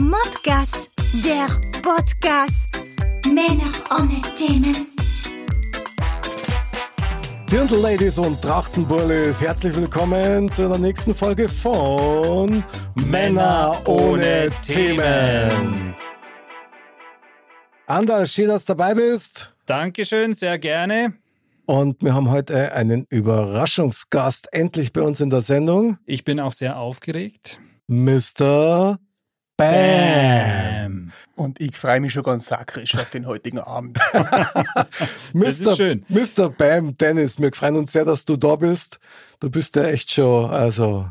Modcast, der Podcast. Männer ohne Themen. Dirndl Ladies und Trachtenbullis, herzlich willkommen zu der nächsten Folge von Männer ohne Themen. Anders, schön, dass du dabei bist. Dankeschön, sehr gerne. Und wir haben heute einen Überraschungsgast endlich bei uns in der Sendung. Ich bin auch sehr aufgeregt. Mr. Bam. Ähm, Und ich freue mich schon ganz sakrisch auf den heutigen Abend. Das ist schön. Mr. Bam, Dennis, wir freuen uns sehr, dass du da bist. Du bist ja echt schon, also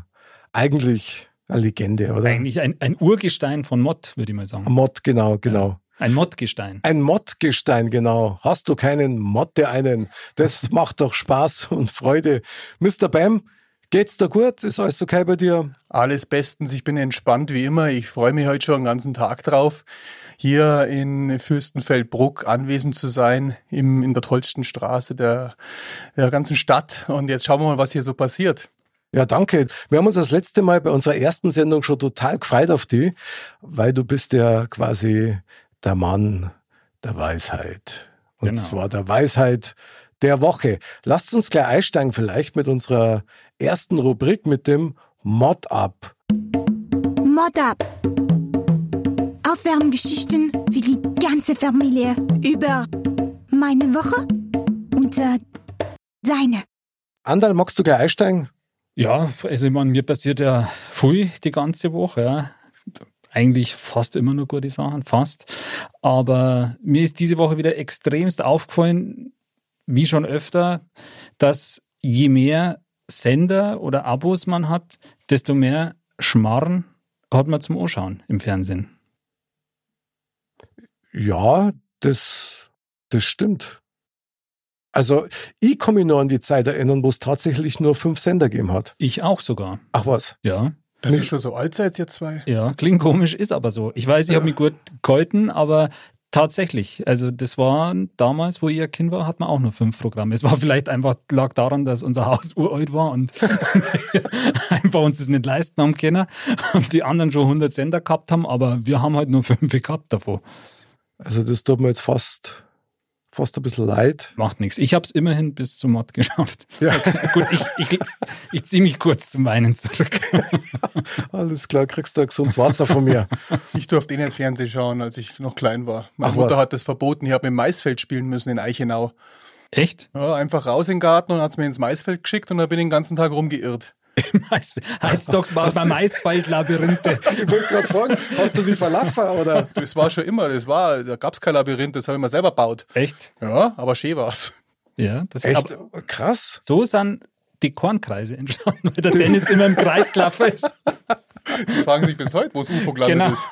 eigentlich eine Legende, oder? Eigentlich ein, ein Urgestein von Mod, würde ich mal sagen. Mod, genau, genau. Ein Modgestein. Ein Mottgestein, genau. Hast du keinen, motte einen. Das macht doch Spaß und Freude. Mr. Bam, geht's dir gut? Ist alles okay bei dir? Alles bestens, ich bin entspannt wie immer. Ich freue mich heute schon den ganzen Tag drauf, hier in Fürstenfeldbruck anwesend zu sein, im, in der tollsten Straße der, der ganzen Stadt. Und jetzt schauen wir mal, was hier so passiert. Ja, danke. Wir haben uns das letzte Mal bei unserer ersten Sendung schon total gefreut auf die, weil du bist ja quasi der Mann der Weisheit. Und Genau. zwar der Weisheit der Woche. Lasst uns gleich einsteigen vielleicht mit unserer ersten Rubrik mit dem Mod Up. Mod ab. Aufwärmgeschichten für die ganze Familie über meine Woche und äh, deine. Andal, magst du gleich einsteigen? Ja, also ich meine, mir passiert ja viel die ganze Woche. Ja. Eigentlich fast immer nur gute Sachen, fast. Aber mir ist diese Woche wieder extremst aufgefallen, wie schon öfter, dass je mehr Sender oder Abos man hat, desto mehr Schmarrn hat man zum Anschauen im Fernsehen. Ja, das, das stimmt. Also, ich kann mich nur an die Zeit erinnern, wo es tatsächlich nur fünf Sender gegeben hat. Ich auch sogar. Ach was. Ja. Das ist schon so alt seid ihr zwei. Ja, klingt komisch, ist aber so. Ich weiß, ich habe mich gut gehalten, aber tatsächlich, also das war damals, wo ich ein Kind war, hat man auch nur fünf Programme. Es war vielleicht einfach, lag daran, dass unser Haus uralt war und einfach uns das nicht leisten haben können und die anderen schon 100 Sender gehabt haben, aber wir haben halt nur fünf gehabt davon. Also, das tut mir jetzt fast, fast ein bisschen leid. Macht nichts. Ich habe es immerhin bis zum Mord geschafft. Ja. Gut, ich, ich, ich ziehe mich kurz zum Weinen zurück. Alles klar, kriegst du ein gesundes Wasser von mir. Ich durfte eh nicht Fernsehen schauen, als ich noch klein war. Meine Ach Mutter was. hat das verboten. Ich habe im Maisfeld spielen müssen in Eichenau. Echt? Ja, einfach raus in den Garten und hat es mir ins Maisfeld geschickt und da bin ich den ganzen Tag rumgeirrt. Heizdogs war bei Maiswaldlabyrinthe. Ich wollte gerade fragen, hast du die Falafel oder? Das war schon immer, das war, da gab es kein Labyrinth, das habe ich mir selber gebaut. Echt? Ja, aber schön war's. Ja, das Echt? Krass. So sind die Kornkreise entstanden, weil der Dennis immer im Kreisklaffer ist. Die fragen sich bis heute, wo das UFO gelandet Genau. ist.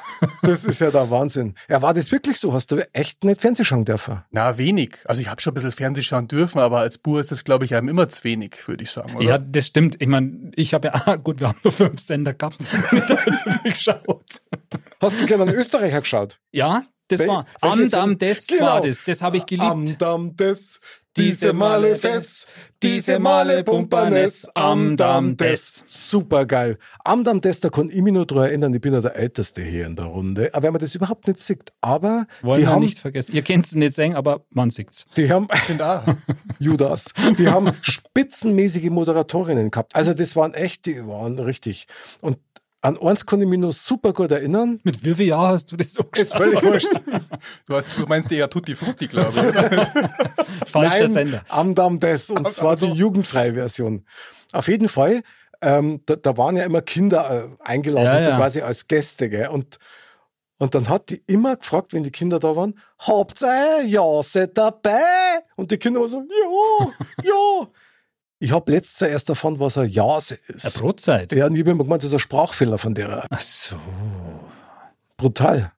Das ist ja der Wahnsinn. Ja, war das wirklich so? Hast du echt nicht Fernsehen schauen dürfen? Na, wenig. Also ich habe schon ein bisschen Fernsehen schauen dürfen, aber als Bur ist das, glaube ich, einem immer zu wenig, würde ich sagen. Oder? Ja, das stimmt. Ich meine, ich habe ja, ah, gut, wir haben nur fünf Sender gehabt, nicht allzu viel geschaut. Hast du gerne einen Österreicher geschaut? Ja, das Wel- war. welche Am Damm sind- des Genau. war das. Das habe ich geliebt. Am Damm des, diese Male fest, diese Male Pumpernes, am Damm des. Super geil. Am Damm des, da kann ich mich nur dran erinnern, ich bin ja der Älteste hier in der Runde. Aber wenn man das überhaupt nicht sieht, aber Wollen die wir haben, nicht vergessen. Ihr kennt es nicht sehen, aber man sieht's. die haben, Sind da. Judas. Die haben spitzenmäßige Moderatorinnen gehabt. Also das waren echt, die waren richtig. Und an eins kann ich mich nur super gut erinnern. Mit wie viel Jahr hast du das so Ist geschaut? völlig wurscht. Du, hast, du meinst eher Tutti Frutti, glaube ich. Falscher Nein, Sender. Am Damm des. Und Ach zwar so. die jugendfreie Version. Auf jeden Fall, ähm, da, da waren ja immer Kinder äh, eingeladen, Ja, so ja. quasi als Gäste. Gell? Und, und dann hat die immer gefragt, wenn die Kinder da waren, habt ihr ja seid dabei? Und die Kinder waren so, ja, ja. Ich habe letztes Jahr erst davon, was ein Jase Eine ist. Brotzeit. Ja, und ich habe immer gemeint, das ist ein Sprachfehler von der. Ach so. Brutal.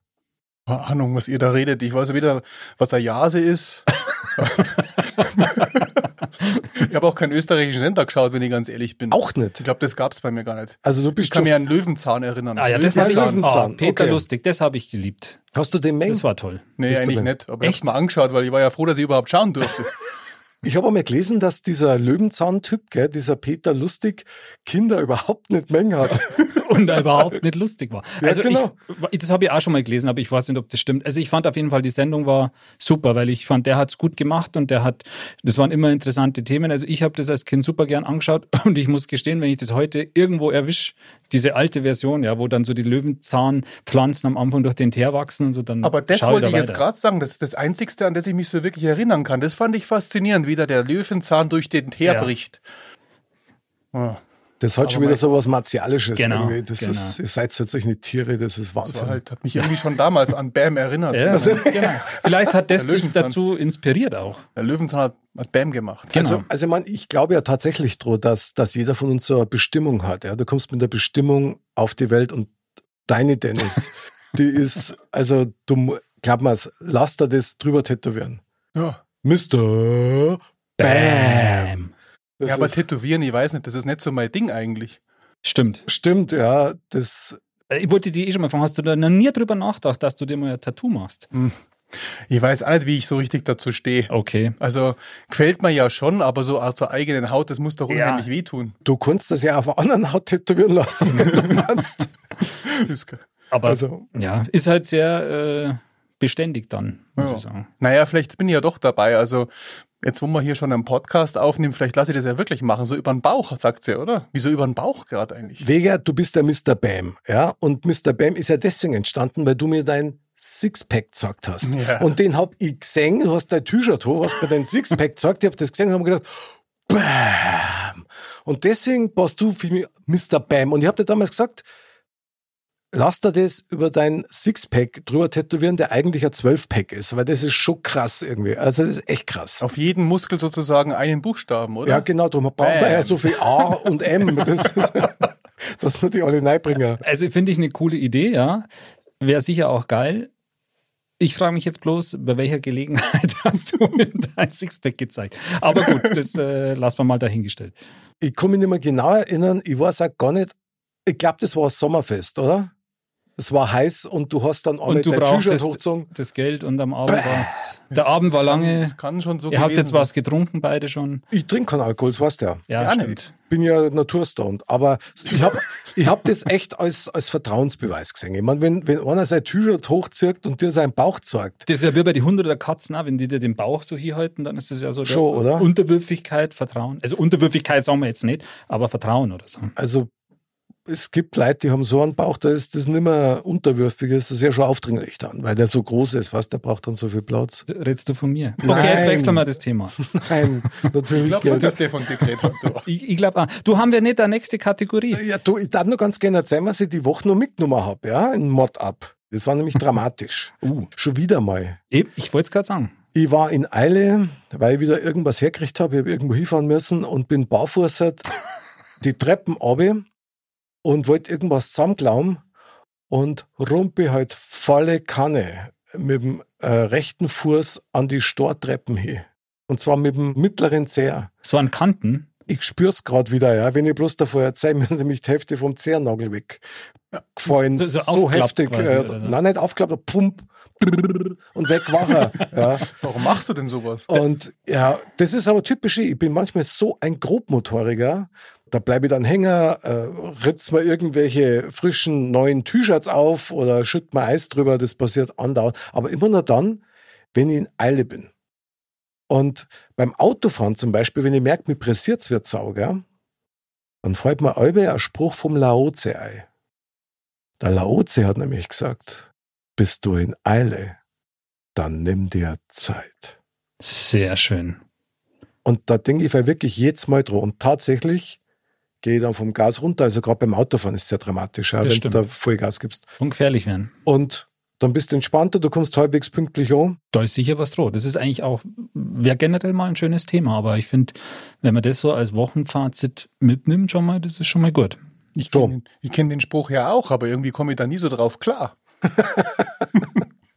Keine Ahnung, was ihr da redet. Ich weiß weder, was ein Jase ist. ich habe auch keinen österreichischen Sender geschaut, wenn ich ganz ehrlich bin. Auch Ich nicht. glaube, das gab es bei mir gar nicht. Also du Ich bist kann schon. mich an Löwenzahn erinnern. Ah ja, das Ja, habe ich. Ah, Löwenzahn. Peter Okay. Lustig, das habe ich geliebt. Hast du den Meng? Das war toll. Nee, Bist du eigentlich denn? nicht. Aber ich Echt? habe mal angeschaut, weil ich war ja froh, dass ich überhaupt schauen durfte. Ich habe einmal gelesen, dass dieser Löwenzahn-Typ, gell, dieser Peter Lustig, Kinder überhaupt nicht Mengen hat. und da überhaupt nicht lustig war. Ja, Also genau. ich, das habe ich auch schon mal gelesen, aber ich weiß nicht, ob das stimmt. Also ich fand auf jeden Fall, die Sendung war super, weil ich fand, der hat es gut gemacht und der hat, das waren immer interessante Themen. Also ich habe das als Kind super gern angeschaut und ich muss gestehen, wenn ich das heute irgendwo erwische, diese alte Version, ja, wo dann so die Löwenzahnpflanzen am Anfang durch den Teer wachsen und so, dann Aber das schau wollte da ich jetzt weiter. gerade sagen, das ist das Einzigste, an das ich mich so wirklich erinnern kann. Das fand ich faszinierend, wie da der Löwenzahn durch den Teer Ja. bricht. Ja, Das hat schon wieder so was Martialisches. Genau, irgendwie. das genau. ist, ihr seid tatsächlich nicht Tiere, das ist das Wahnsinn. war halt, hat mich irgendwie schon damals an Bam erinnert. Also, Ja, genau. Vielleicht hat das Der dich Löwenzahn. dazu inspiriert auch. Der Löwenzahn hat, hat Bam gemacht. Genau. Also, also ich, meine, ich glaube ja tatsächlich dro, dass, dass jeder von uns so eine Bestimmung hat. Ja? Du kommst mit der Bestimmung auf die Welt und deine, Dennis, die ist, also du, mu- glaub mal, lass da das drüber tätowieren. Ja. Mr. Bam. Das Ja, aber ist- tätowieren, ich weiß nicht, das ist nicht so mein Ding eigentlich. Stimmt. Stimmt, ja, das, Äh, Ich wollte dich eh schon mal fragen, hast du da noch nie drüber nachgedacht, dass du dir mal ein Tattoo machst? Ich weiß auch nicht, wie ich so richtig dazu stehe. Okay. Also gefällt mir ja schon, aber so auf der eigenen Haut, das muss doch Ja. unheimlich wehtun. du kannst das ja auf einer anderen Haut tätowieren lassen, wenn du kannst. Das- Aber Also, ja, ist halt sehr äh, beständig dann, muss Ja. ich sagen. Naja, vielleicht bin ich ja doch dabei. Also jetzt, wo wir hier schon einen Podcast aufnehmen, vielleicht lasse ich das ja wirklich machen. So über den Bauch, sagt sie, oder? Wieso über den Bauch gerade eigentlich? Vega, du bist der Mr. Bam, ja? Und Mr. Bam ist ja deswegen entstanden, weil du mir dein Sixpack gesagt hast. Ja. Und den hab ich gesehen, du hast dein T-Shirt hoch, hast mir dein Sixpack gesagt, ich hab das gesehen und hab mir gedacht, Bam! Und deswegen warst du für mich Mr. Bam. Und ich hab dir damals gesagt, lass dir das über dein Sixpack drüber tätowieren, der eigentlich ein Zwölfpack ist, weil das ist schon krass irgendwie. Also das ist echt krass. Auf jeden Muskel sozusagen einen Buchstaben, oder? Ja, genau, darum brauchen wir Bam. ja so viel A und M, das ist, dass wir die alle reinbringen. Also finde ich eine coole Idee, ja. Wäre sicher auch geil. Ich frage mich jetzt bloß, bei welcher Gelegenheit hast du mir dein Sixpack gezeigt? Aber gut, das äh, lassen wir mal dahingestellt. Ich kann mich nicht mehr genau erinnern, ich weiß auch gar nicht, ich glaube, das war ein Sommerfest, oder? Es war heiß und du hast dann einmal Und du dein T-Shirt brauchtest hochgezogen. das Geld und am Abend war es. Der Das- Abend war das kann- lange. Das kann schon so Ihr habt gewesen jetzt was getrunken, beide schon. Ich trinke keinen Alkohol, das weißt du ja. Ja, Ja, stimmt. nicht. Bin ja naturstone, aber ich habe ich hab das echt als, als Vertrauensbeweis gesehen. Ich meine, wenn, wenn einer sein T-Shirt hochzieht und dir seinen Bauch zeigt, Das ist ja wie bei den 100er Katzen auch, wenn die dir den Bauch so hier halten, dann ist das ja so der Schon, oder? Unterwürfigkeit, Vertrauen. Also Unterwürfigkeit sagen wir jetzt nicht, aber Vertrauen oder so. also es gibt Leute, die haben so einen Bauch, da ist das nicht mehr unterwürfig, das ist ja schon aufdringlich dann, weil der so groß ist, weißt du, der braucht dann so viel Platz. Redst du von mir? Okay, Nein. jetzt wechseln wir das Thema. Nein, natürlich Ich glaube nicht. nicht, dass der von dir geredet hat. du. Ich, ich glaube, du haben wir nicht eine nächste Kategorie. Ja, du, ich darf nur ganz gerne erzählen, was ich die Woche noch mitgenommen habe, ja, in Mod ab. Das war nämlich dramatisch. Uh, Schon wieder mal. eben, ich wollte es gerade sagen. Ich war in Eile, weil ich wieder irgendwas hergekriegt habe. Ich habe irgendwo hinfahren müssen und bin barfuß die Treppen runter und wollte irgendwas zusammenklauen und rumpe halt volle Kanne mit dem äh, rechten Fuß an die Stortreppen hin. Und zwar mit dem mittleren Zeher So an Kanten. ich spür's grad wieder, ja. Wenn ich bloß davor erzähle, müssen nämlich die Hälfte vom Zehennagel weg. Gefallen, So- so, so aufgeklappt heftig. quasi, äh, oder? nein, nicht aufgeklappt, pump, und weg war er. ja. Warum machst du denn sowas? Oh, Und ja, das ist aber typisch. Ich Ich bin manchmal so ein grobmotoriger. Da bleibe ich dann hänger, äh, ritz mir irgendwelche frischen neuen T-Shirts auf oder schütt mir Eis drüber. Das passiert andauernd. Aber immer nur dann, wenn ich in Eile bin. Und beim Autofahren zum Beispiel, wenn ich merke, mir pressiert's wird sauger, dann fällt mir allweil ein Spruch vom Laozi ein. Der Laozi hat nämlich gesagt, bist du in Eile, dann nimm dir Zeit. Sehr schön. Und da denke ich halt wirklich jedes Mal dran. Und tatsächlich gehe ich dann vom Gas runter. Also gerade beim Autofahren ist es sehr dramatisch, ja, Das wenn du stimmt. da Vollgas gibst. Und gefährlich werden. Und dann bist du entspannter, du kommst halbwegs pünktlich an. Da ist sicher was droht. Das ist eigentlich auch, wäre generell mal ein schönes Thema, aber ich finde, wenn man das so als Wochenfazit mitnimmt, schon mal, das ist schon mal gut. Ich So. kenne den, ich kenn den Spruch ja auch, aber irgendwie komme ich da nie so drauf klar.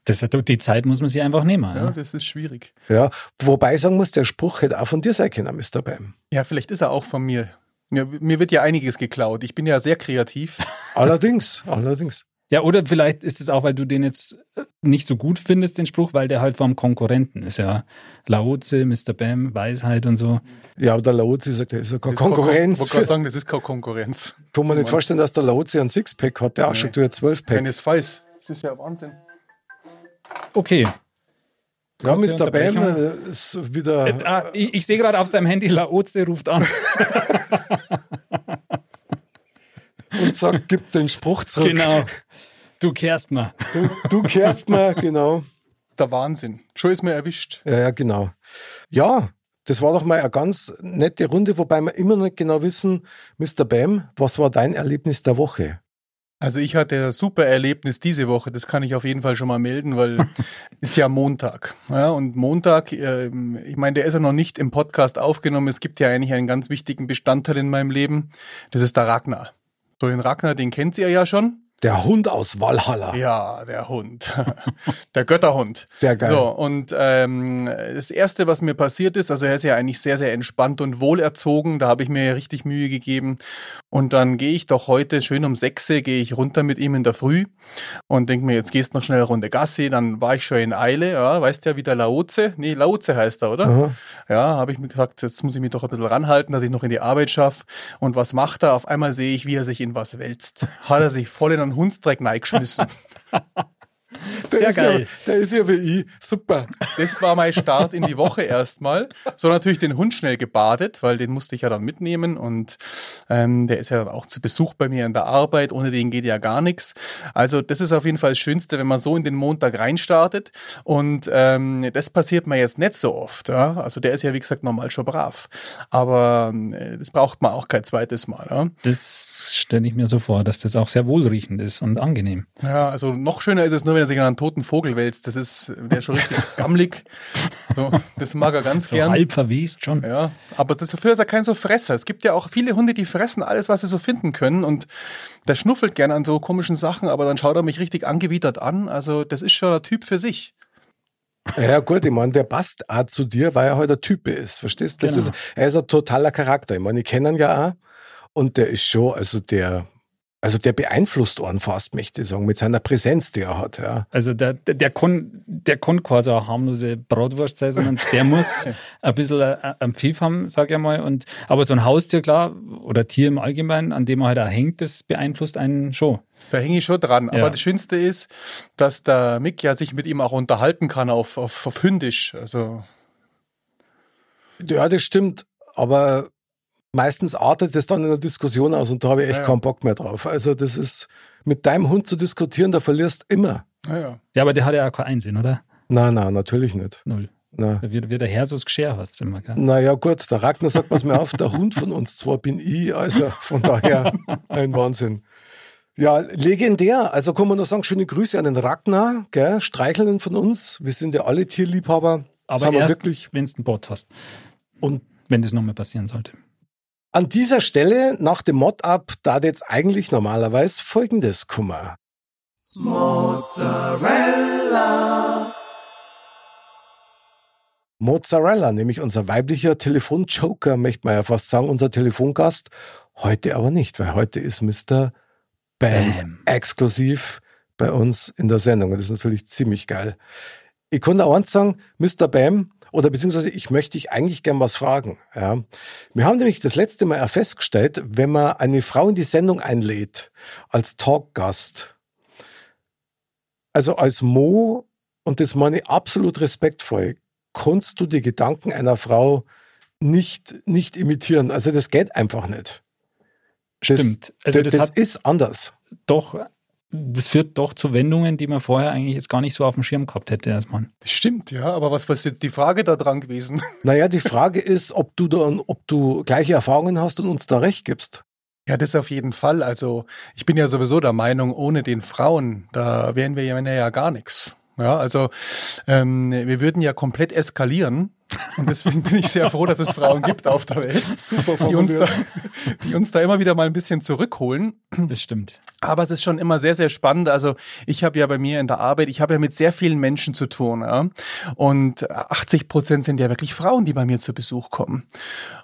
Das, die Zeit muss man sich einfach nehmen. Ja, Ja. das ist schwierig. Ja. Wobei ich sagen muss, der Spruch hätte auch von dir sein können, Mr. Beim. Ja, vielleicht ist er auch von mir. Ja, mir wird ja einiges geklaut. Ich bin ja sehr kreativ. Allerdings, allerdings. Ja, oder vielleicht ist es auch, weil du den jetzt äh, nicht so gut findest, den Spruch, weil der halt vom Konkurrenten ist. Ja, Laozi, Mr. Bam, Weisheit und so. Ja, aber der Laozi sagt, er ist ja keine Das ist keine Kon- Konkurrenz. wollte gerade sagen, das ist keine Konkurrenz. Kann man nicht vorstellen, dass der Laozi ein Sixpack hat, der ausschaut wie ein Zwölfpack. Keinesfalls. Das ist ja Wahnsinn. Okay. Ja, Mr. Bam Unterbrechung. äh, ist wieder. Ah, ich ich sehe gerade auf seinem Handy, Laozi ruft an. und sagt, gib den Spruch zurück. genau. Du kehrst mal. Du, du kehrst mir, genau. Das ist der Wahnsinn. Schon ist mir erwischt. Ja, ja, genau. Ja, das war doch mal eine ganz nette Runde, wobei wir immer noch nicht genau wissen, Mr. Bam, was war dein Erlebnis der Woche? Also ich hatte ein super Erlebnis diese Woche, das kann ich auf jeden Fall schon mal melden, weil ist ja Montag. Ja, und Montag, ähm, ich meine, der ist ja noch nicht im Podcast aufgenommen. Es gibt ja eigentlich einen ganz wichtigen Bestandteil in meinem Leben. Das ist der Ragnar. So, den Ragnar, den kennt ihr ja schon. Der Hund aus Valhalla. Ja, der Hund. der Götterhund. Sehr geil. So, und ähm, das Erste, was mir passiert ist, also er ist ja eigentlich sehr, sehr entspannt und wohlerzogen, da habe ich mir ja richtig Mühe gegeben. Und dann gehe ich doch heute schön um sechse, gehe ich runter mit ihm in der Früh und denke mir, jetzt gehst noch schnell eine Runde Gassi, dann war ich schon in Eile, ja, weißt ja, wie der Laoze, nee, Laoze heißt er, oder? Aha. Ja, habe ich mir gesagt, jetzt muss ich mich doch ein bisschen ranhalten, dass ich noch in die Arbeit schaffe. Und was macht er? Auf einmal sehe ich, wie er sich in was wälzt. Hat er sich voll in einen Hundsdreck neigeschmissen. Der Sehr ist geil. Ja, der ist ja wie ich. Super. Das war mein Start in die Woche erstmal. So natürlich den Hund schnell gebadet, weil den musste ich ja dann mitnehmen und ähm, der ist ja dann auch zu Besuch bei mir in der Arbeit. Ohne den geht ja gar nichts. Also das ist auf jeden Fall das Schönste, wenn man so in den Montag reinstartet und ähm, das passiert mir jetzt nicht so oft. Ja? Also der ist ja wie gesagt normal schon brav, aber äh, das braucht man auch kein zweites Mal. Ja? Das stelle ich mir so vor, dass das auch sehr wohlriechend ist und angenehm. Ja, also noch schöner ist es nur, wenn er sich an einen toten Vogel wälzt. Das ist, der ist schon richtig gammelig. So, das mag er ganz So gern. halb verwest schon. Ja, aber das- dafür ist er kein so Fresser. Es gibt ja auch viele Hunde, die fressen alles, was sie so finden können. Und der schnuffelt gern an so komischen Sachen, aber dann schaut er mich richtig angewidert an. Also, das ist schon ein Typ für sich. Ja, gut, ich meine, der passt auch zu dir, weil er halt ein Typ ist. Verstehst du? Das Genau. ist, er ist ein totaler Charakter. Ich meine, ich kenne ihn ja auch. Und der ist schon, also der, also der beeinflusst einen fast, möchte ich sagen, mit seiner Präsenz, die er hat. Ja. Also der, der, der, kann, der kann quasi eine harmlose Bratwurst sein, sondern der muss ein bisschen äh, am Pfiff haben, sag ich mal. Und, aber so ein Haustier, klar, oder Tier im Allgemeinen, an dem man halt auch hängt, das beeinflusst einen schon. Da hänge ich schon dran. Ja. Aber das Schönste ist, dass der Mick ja sich mit ihm auch unterhalten kann auf, auf, auf Hündisch. Also, ja, das stimmt. Aber meistens artet das dann in der Diskussion aus und da habe ich echt Ja, ja. keinen Bock mehr drauf. Also das ist, mit deinem Hund zu diskutieren, da verlierst immer. naja. Ja, aber der hat ja auch keinen Einsinn, oder? Nein, nein, natürlich nicht. Null. Nein. Da wird, wird der Herr so das Geschirr, hast du immer, gell? Naja, gut, der Ragnar sagt was mir auf, der Hund von uns zwar bin ich, also von daher ein Wahnsinn. Ja, legendär. Also kann man nur sagen, schöne Grüße an den Ragnar, gell, streicheln ihn von uns. Wir sind ja alle Tierliebhaber. Aber Sagen wir erst, wirklich. wenn du einen Bot hast. Und Wenn das nochmal passieren sollte. an dieser Stelle, nach dem Mod-Up, da hat jetzt eigentlich normalerweise folgendes Kummer. Mozzarella, nämlich unser weiblicher Telefonjoker, möchte man ja fast sagen, unser Telefongast. Heute aber nicht, weil heute ist Mr. Bam, Bam. exklusiv bei uns in der Sendung. Und das ist natürlich ziemlich geil. Ich konnte auch eins sagen, Mr. Bam, oder beziehungsweise ich möchte dich eigentlich gern was fragen. Ja. Wir haben nämlich das letzte Mal auch festgestellt, wenn man eine Frau in die Sendung einlädt, als Talkgast, also als Mo, und das meine ich absolut respektvoll, kannst du die Gedanken einer Frau nicht, nicht imitieren. Also das geht einfach nicht. Das, Stimmt. Also das, das, das hat ist anders. doch, das führt doch zu Wendungen, die man vorher eigentlich jetzt gar nicht so auf dem Schirm gehabt hätte erstmal. Das stimmt, ja. Aber was was ist jetzt die Frage da dran gewesen? Naja, die Frage ist, ob du da, ob du gleiche Erfahrungen hast und uns da recht gibst. Ja, das auf jeden Fall. Also ich bin ja sowieso der Meinung, ohne den Frauen, da wären wir ja Männer ja gar nichts. Ja, also ähm, wir würden ja komplett eskalieren. Und deswegen bin ich sehr froh, dass es Frauen gibt auf der Welt, Super die uns, da, die uns da immer wieder mal ein bisschen zurückholen. Das stimmt. Aber es ist schon immer sehr, sehr spannend. Also ich habe ja bei mir in der Arbeit, ich habe ja mit sehr vielen Menschen zu tun. Ja? Und 80 Prozent sind ja wirklich Frauen, die bei mir zu Besuch kommen.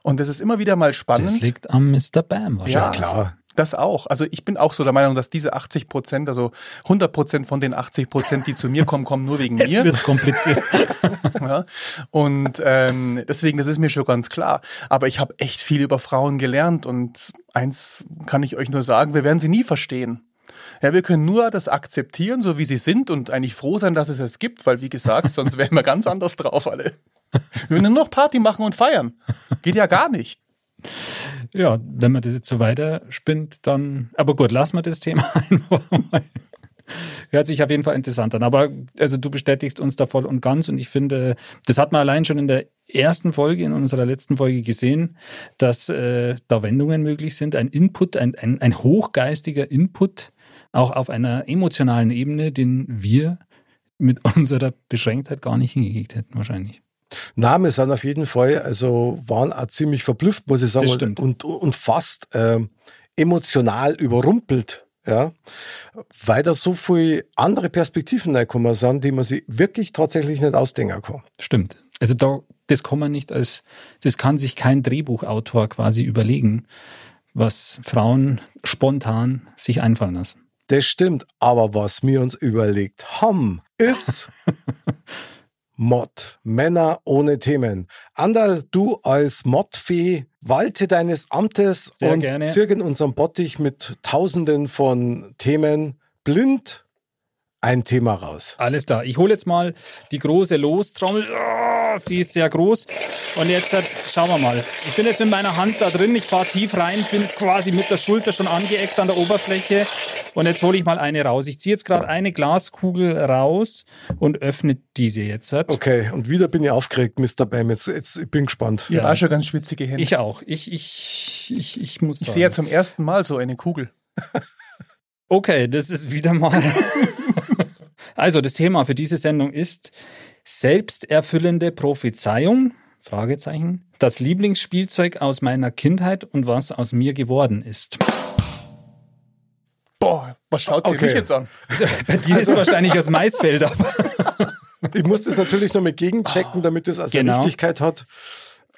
Und das ist immer wieder mal spannend. Das liegt am Mr. Bam wahrscheinlich. Ja, klar. Das auch. Also ich bin auch so der Meinung, dass diese 80 Prozent, also 100 Prozent von den 80 Prozent, die zu mir kommen, kommen nur wegen Jetzt mir. wird's kompliziert. Ja. Und ähm, deswegen, das ist mir schon ganz klar. Aber ich habe echt viel über Frauen gelernt und eins kann ich euch nur sagen, wir werden sie nie verstehen. Ja, wir können nur das akzeptieren, so wie sie sind und eigentlich froh sein, dass es es gibt, weil wie gesagt, sonst wären wir ganz anders drauf alle. Wir würden nur noch Party machen und feiern. Geht ja gar nicht. ja, wenn man das jetzt so weiter spinnt, dann. Aber gut, lassen wir das Thema einfach mal. Hört sich auf jeden Fall interessant an. Aber also du bestätigst uns da voll und ganz und ich finde, das hat man allein schon in der ersten Folge, in unserer letzten Folge gesehen, dass äh, da Wendungen möglich sind, ein Input, ein, ein, ein hochgeistiger Input, auch auf einer emotionalen Ebene, den wir mit unserer Beschränktheit gar nicht hingekriegt hätten, wahrscheinlich. Nein, wir sind auf jeden Fall, also waren auch ziemlich verblüfft, muss ich sagen, Das und, stimmt. und, und fast ähm, emotional überrumpelt, ja, weil da so viele andere Perspektiven reingekommen sind, die man sich wirklich tatsächlich nicht ausdenken kann. Stimmt. Also da, das kann man nicht als, das kann sich kein Drehbuchautor quasi überlegen, was Frauen spontan sich einfallen lassen. Das stimmt, aber was wir uns überlegt haben, ist Mod, Männer ohne Themen. Andal, du als Modfee, walte deines Amtes Sehr und gerne. zirke in unserem Bottich mit tausenden von Themen blind ein Thema raus. Alles klar. Ich hole jetzt mal die große Lostrommel. Ah, sie ist sehr groß. Und jetzt hat, schauen wir mal. Ich bin jetzt mit meiner Hand da drin. Ich fahre tief rein, bin quasi mit der Schulter schon angeeckt an der Oberfläche. Und jetzt hole ich mal eine raus. Ich ziehe jetzt gerade eine Glaskugel raus und öffne diese jetzt. Okay, und wieder bin ich aufgeregt, Mr. Bam. Jetzt, jetzt ich bin gespannt. Ihr war schon ganz schwitzige Hände. Ich auch. Ich, ich, ich, ich muss Ich sagen. sehe ja zum ersten Mal so eine Kugel. Okay, das ist wieder mal. also, das Thema für diese Sendung ist selbsterfüllende Prophezeiung, Fragezeichen, das Lieblingsspielzeug aus meiner Kindheit und was aus mir geworden ist. Boah, was schaut sie Okay. mich jetzt an? Bei dir ist Also- wahrscheinlich das Maisfeld aber Ich muss das natürlich noch mal gegenchecken, damit das also Genau. Richtigkeit hat.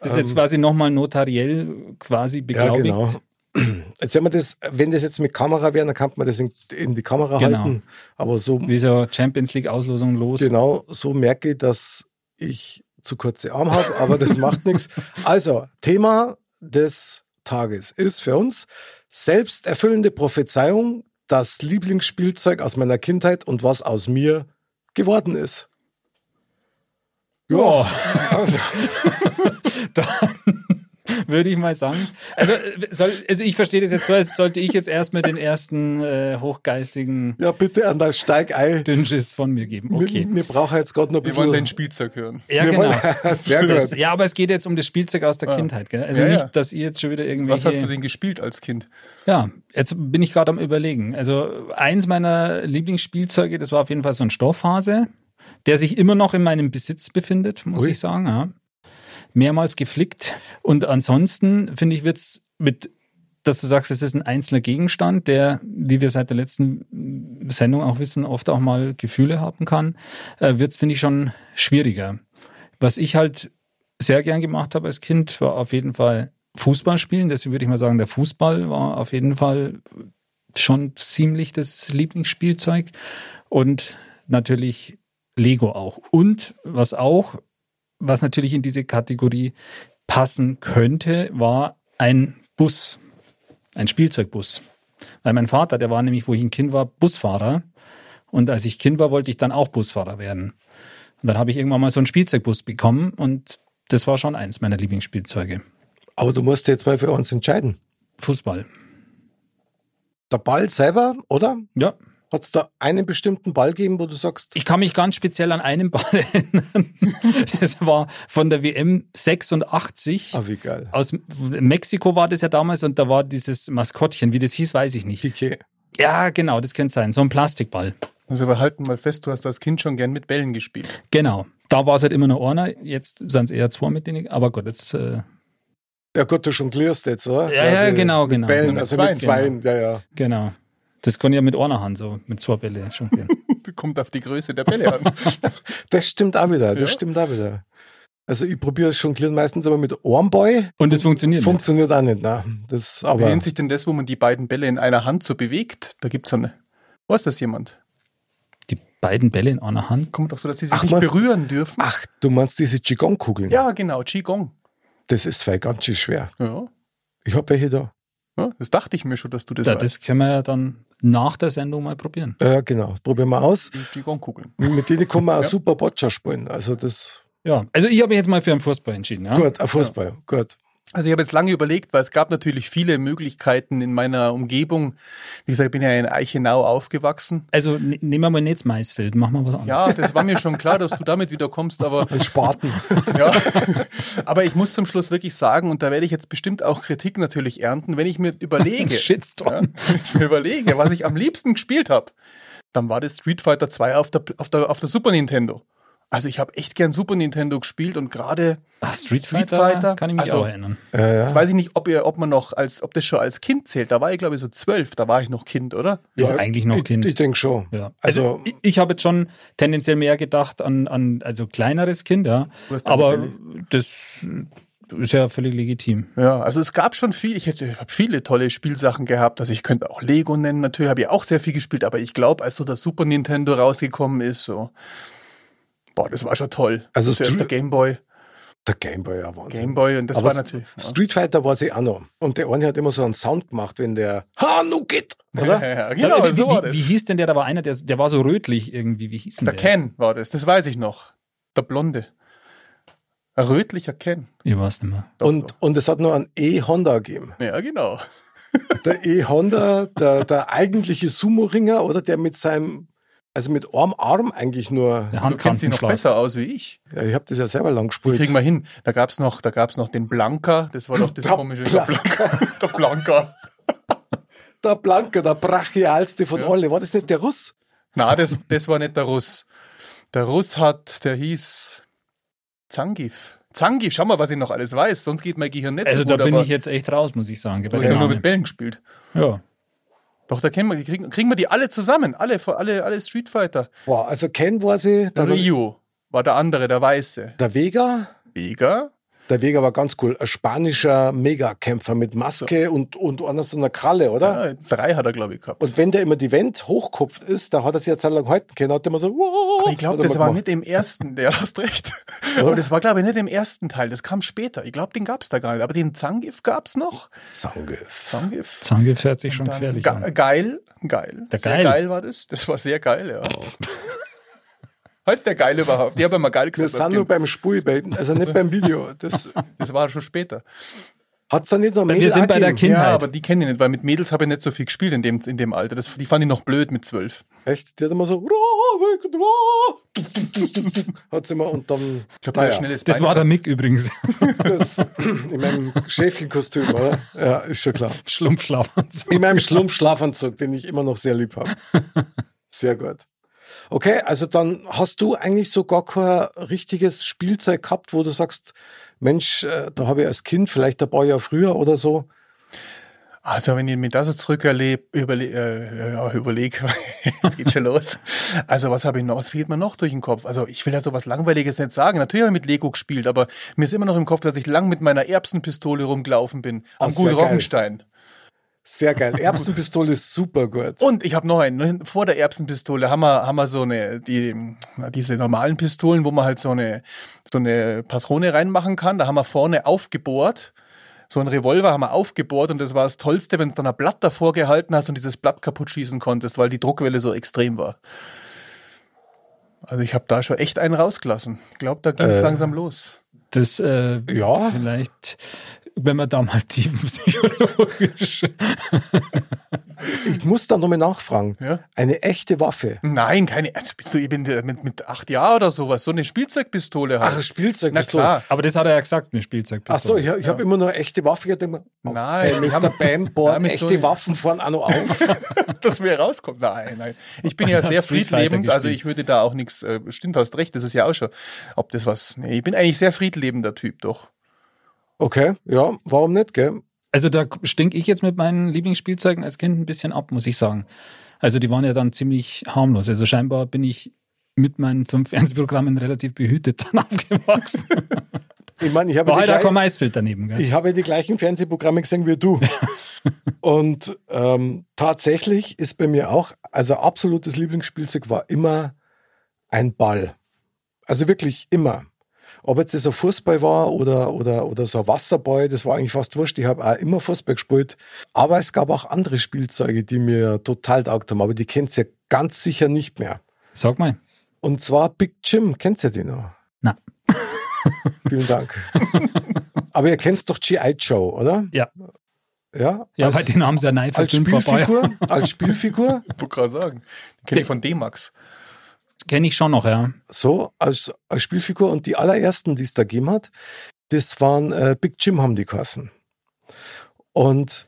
Das ist jetzt quasi nochmal notariell quasi Ähm. Ja, beglaubigt. genau. Jetzt wenn man das, wenn das jetzt mit Kamera wäre, dann kann man das in, in die Kamera Genau. halten. Aber so, Wie so Champions League Auslosung los. genau, so merke ich, dass ich zu kurze Arme habe, aber das macht nichts. Also, Thema des Tages ist für uns selbsterfüllende Prophezeiung, das Lieblingsspielzeug aus meiner Kindheit und was aus mir geworden ist. Ja, also, würde ich mal sagen. Also, äh, soll, also ich verstehe das jetzt so, als sollte ich jetzt erstmal den ersten äh, hochgeistigen ja bitte, Andal, steig ein. Dünnschiss von mir geben. Okay. Wir, wir brauchen jetzt gerade noch ein Wir bisschen. wollen dein Spielzeug hören. Ja, Wir genau. wollen- Sehr Das, gut. ja, aber es geht jetzt um das Spielzeug aus der Kindheit, gell? Also Ah. Ja, ja. nicht, dass ihr jetzt schon wieder irgendwelche. Was hast du denn gespielt als Kind? Ja, jetzt bin ich gerade am überlegen. Also eins meiner Lieblingsspielzeuge, das war auf jeden Fall so ein Stoffhase, der sich immer noch in meinem Besitz befindet, muss Ui. ich sagen. Ja. Mehrmals geflickt. Und ansonsten, finde ich, wird's mit, dass du sagst, es ist ein einzelner Gegenstand, der, wie wir seit der letzten Sendung auch wissen, oft auch mal Gefühle haben kann, äh, wird's finde ich, schon schwieriger. Was ich halt sehr gern gemacht habe als Kind, war auf jeden Fall Fußball spielen. Deswegen würde ich mal sagen, der Fußball war auf jeden Fall schon ziemlich das Lieblingsspielzeug. Und natürlich Lego auch. Und was auch, was natürlich in diese Kategorie passen könnte, war ein Bus, ein Spielzeugbus. Weil mein Vater, der war nämlich, wo ich ein Kind war, Busfahrer. Und als ich Kind war, wollte ich dann auch Busfahrer werden. Und dann habe ich irgendwann mal so einen Spielzeugbus bekommen und das war schon eins meiner Lieblingsspielzeuge. Aber du musst jetzt mal für uns entscheiden. Fußball. Der Ball selber, oder? Ja. Hat es da einen bestimmten Ball gegeben, wo du sagst, Ich kann mich ganz speziell an einen Ball erinnern. Das war von der WM 86. ah, wie geil. Aus Mexiko war das ja damals und da war dieses Maskottchen, wie das hieß, weiß ich nicht. Kike. Ja, genau, das könnte sein. So ein Plastikball. Also wir halten mal fest, du hast als Kind schon gern mit Bällen gespielt. Genau. Da war es halt immer nur einer, jetzt sind es eher zwei mit denen, aber gut, jetzt äh, Ja gut, du jonglierst jetzt, oder? Ja, ja, genau, mit genau. Bällen, Mit also Zweien, mit Zweien, ja, ja. genau. Das kann ich ja mit einer Hand so, mit zwei Bälle schon gehen. Kommt auf die Größe der Bälle an. Das stimmt auch wieder, das Ja. stimmt auch wieder. Also ich probiere es jonglieren meistens aber mit Ormboy. Und es funktioniert. nicht. Funktioniert auch nicht, ne? Das Wie aber. nennt sich denn das, wo man die beiden Bälle in einer Hand so bewegt? Da gibt es eine. Weiß das jemand? die beiden Bälle in einer Hand. Kommt doch so, dass sie sich Ach, nicht meinst- Ah. berühren dürfen. Ach, du meinst diese Qigong-Kugeln? Ja, genau, Qigong. Das ist voll ganz schön schwer. Ja. Ich habe welche da. ja, das dachte ich mir schon, dass du das Ja, weißt. das können wir ja dann nach der Sendung mal probieren. Ja, genau. Probieren wir aus. Die Qigong-Kugeln. Mit denen kann man auch Ja. super Boccia spielen. Also das. Ja, also ich habe mich jetzt mal für den Fußball entschieden. Ja? Gut, ein Fußball. Gut. Also ich habe jetzt lange überlegt, weil es gab natürlich viele Möglichkeiten in meiner Umgebung. Wie gesagt, ich bin ja in Eichenau aufgewachsen. Also ne- nehmen wir mal nicht das Maisfeld, machen wir was anderes. Ja, das war mir schon klar, dass du damit wieder kommst, aber Ein Spaten. ja. Aber ich muss zum Schluss wirklich sagen, und da werde ich jetzt bestimmt auch Kritik natürlich ernten, wenn ich mir überlege, ja, Shitstorm. wenn ich mir überlege, was ich am liebsten gespielt habe, dann war das Street Fighter 2 auf der, auf der, auf der Super Nintendo. Also ich habe echt gern Super Nintendo gespielt und gerade Ach, Ah, Street, Street Fighter, Fighter? kann ich mich Also- auch erinnern. ja, ja. Jetzt weiß ich nicht, ob, ihr, ob man noch als, ob das schon als Kind zählt. Da war ich, glaube ich, so zwölf. Da war ich noch Kind, oder? Ist eigentlich noch äh, ich, Kind. Ich denke schon. Ja. Also, Also, ich, ich habe jetzt schon tendenziell mehr gedacht an, an also kleineres Kind, ja. Du hast Aber deine das ist ja völlig legitim. Ja, also es gab schon viel. Ich hätte hab viele tolle Spielsachen gehabt. Also ich könnte auch Lego nennen. Natürlich habe ich auch sehr viel gespielt. Aber ich glaube, als so das Super Nintendo rausgekommen ist, so. Boah, das war schon toll. Also zuerst Stre- der Gameboy. der Gameboy, ja, Wahnsinn. Gameboy, und das Aber war natürlich. Street Fighter war sie auch noch. Und der eine hat immer so einen Sound gemacht, wenn der Ha, nu geht, ja. oder? Ja, genau, wie, so war wie, das. wie hieß denn der? Da war einer, der, der war so rötlich irgendwie. Wie hieß denn der der? Ken war das. Das weiß ich noch. Der Blonde. Ein rötlicher Ken. Ich weiß nicht mehr. Doch, und, und es hat nur einen E-Honda gegeben. doch. Ja, genau. Der E-Honda, der, der eigentliche Sumo-Ringer, oder der mit seinem, also mit einem Arm eigentlich nur. Der Du kennst ihn noch Handkantenschlag. besser aus wie ich. Ja, ich habe das ja selber lang gespielt. Kriegen wir hin. Da gab es noch, da gab's noch den Blanka, das war doch das Der komische. Blanka. Der Blanka. Der Blanke, der brachialste von Ja. alle. War das nicht der Russ? Na, das, das war nicht der Russ. Der Russ hat, der hieß Zangief. Zangief, schau mal, was ich noch alles weiß, sonst geht mein Gehirn nicht Also so gut. da bin aber ich jetzt echt raus, muss ich sagen. du hast ja nur mit Bällen gespielt. ja. Doch, da kennen wir, die kriegen, kriegen wir die alle zusammen, alle, alle, alle Street Fighter. Boah, also Ken war sie, Der dann Ryu war der andere, der Weiße. der Vega. Vega, Der Vega war ganz cool. Ein spanischer Megakämpfer mit Maske und, und einer so einer Kralle, oder? ja, drei hat er, glaube ich, gehabt. Und wenn der immer die Wand hochkopft ist, da hat er sich ja Zeit lang halten können, hat er immer so. Aber ich glaube, Oh, hat er das immer war gemacht. nicht im ersten, ja, du hast recht. Aber das war, glaube ich, nicht im ersten Teil, das kam später. Ich glaube, den gab es da gar nicht. Aber den Zangief gab es noch. Zange. Zangief. Zange fährt sich schon Dann gefährlich ge- an. Geil, geil. ne? Der sehr Geil. geil. war das. Das war sehr geil, ja. halt der Geil überhaupt. Ich habe immer geil Wir gesagt. als sind nur Kind. beim Spulbeten, also nicht beim Video. Das Das war schon später. hat's da nicht noch Wir Mädel sind auch bei der gegeben? Kindheit. Ja, aber die kenne ich nicht, weil mit Mädels habe ich nicht so viel gespielt in dem, in dem Alter. Das, die fand ich noch blöd mit zwölf. Echt? Die hat immer so. Hat's immer und dann. Ich glaube, Naja, schnelles Das Bein war der Mick gehabt. übrigens. das, in meinem Schäfchenkostüm, oder? Ja, ist schon klar. Schlumpfschlafanzug. In meinem Schlumpfschlafanzug, den ich immer noch sehr lieb habe. Sehr gut. Okay, also dann hast du eigentlich so gar kein richtiges Spielzeug gehabt, wo du sagst, Mensch, äh, da habe ich als Kind, vielleicht ein paar Jahre früher oder so. Also, wenn ich mir das so zurückerlebe, überle äh, ja, überleg, jetzt geht schon los. Also, was habe ich noch? Was fehlt mir noch durch den Kopf? Also, ich will ja sowas Langweiliges nicht sagen. Natürlich habe ich mit Lego gespielt, aber mir ist immer noch im Kopf, dass ich lang mit meiner Erbsenpistole rumgelaufen bin. Ah, Am Gut sehr geil. Rockenstein. Sehr geil. Erbsenpistole ist super gut. Und ich habe noch einen. ne, Vor der Erbsenpistole haben wir, haben wir so eine, die, na, diese normalen Pistolen, wo man halt so eine, so eine Patrone reinmachen kann. Da haben wir vorne aufgebohrt. So einen Revolver haben wir aufgebohrt und das war das Tollste, wenn du dann ein Blatt davor gehalten hast und dieses Blatt kaputt schießen konntest, weil die Druckwelle so extrem war. Also ich habe da schon echt einen rausgelassen. Ich glaube, da ging es Äh. langsam los. Das, äh, Ja. vielleicht, wenn man da mal tiefenpsychologisch. Ich muss dann nochmal nachfragen. Ja. Eine echte Waffe. Nein, keine. Also bist du, ich bin äh, mit, mit acht Jahren oder sowas, so eine Spielzeugpistole halt. Ach, Na Spielzeugpistole. klar. Aber das hat er ja gesagt, eine Spielzeugpistole. Ach so, ich, ich habe immer nur echte Waffe. Ich denke mir, Nein, okay, wir Mr. haben- Bam, bohren damit so echte eine- Waffen vorn auch noch auf. dass mir rauskommt. Nein, nein. Ich bin ja Hat sehr Street Fighter friedlebend, also gespielt. ich würde da auch nichts, äh, stimmt, hast recht, das ist ja auch schon, ob das was, nee, ich bin eigentlich sehr friedlebender Typ, doch. Okay, ja, warum nicht, gell? Also da stink ich jetzt mit meinen Lieblingsspielzeugen als Kind ein bisschen ab, muss ich sagen. Also die waren ja dann ziemlich harmlos. Also scheinbar bin ich mit meinen fünf Fernsehprogrammen relativ behütet dann aufgewachsen. Ich meine, ich habe War die halt auch kein gleichen- Maisfeld daneben. Gell? Ich habe die gleichen Fernsehprogramme gesehen wie du. Und ähm, tatsächlich ist bei mir auch, also absolutes Lieblingsspielzeug war immer ein Ball. Also wirklich immer. Ob jetzt das ein Fußball war oder, oder, oder so ein Wasserball, das war eigentlich fast wurscht. Ich habe auch immer Fußball gespielt. Aber es gab auch andere Spielzeuge, die mir total taugt haben. Aber die kennt ihr ganz sicher nicht mehr. Sag mal. Und zwar Big Jim. Kennt ihr den noch? Nein. Vielen Dank. Aber ihr kennt doch G.I. Joe, oder? Ja, Ja, ja als, weil den haben sie ja neu als verdünnt vorbei. Spielfigur, als Spielfigur, Ich wollte gerade sagen. Kenne ich von D-Max. Kenne ich schon noch, ja. so als, als Spielfigur und die allerersten, die es da gegeben hat, das waren äh, Big Jim haben die geheißen. Und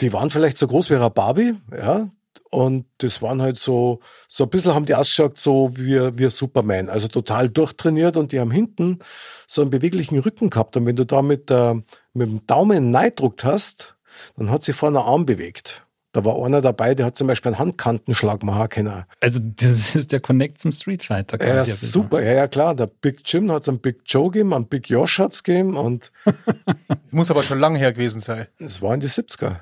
die waren vielleicht so groß wie eine Barbie, ja, und das waren halt so, so ein bisschen haben die ausgeschaut so wie, wie Superman, also total durchtrainiert und die haben hinten so einen beweglichen Rücken gehabt und wenn du da mit, der- mit dem Daumen neidruckt hast, dann hat sich vorne ein Arm bewegt. Da war einer dabei, der hat zum Beispiel einen Handkantenschlag machen können. Also das ist der Connect zum Street Fighter. Ja, quasi ein bisschen. super, ja, ja, klar. Der Big Jim hat es einen Big Joe gegeben, einen Big Josh hat es gegeben und Das muss aber schon lange her gewesen sein. es war in die 70er.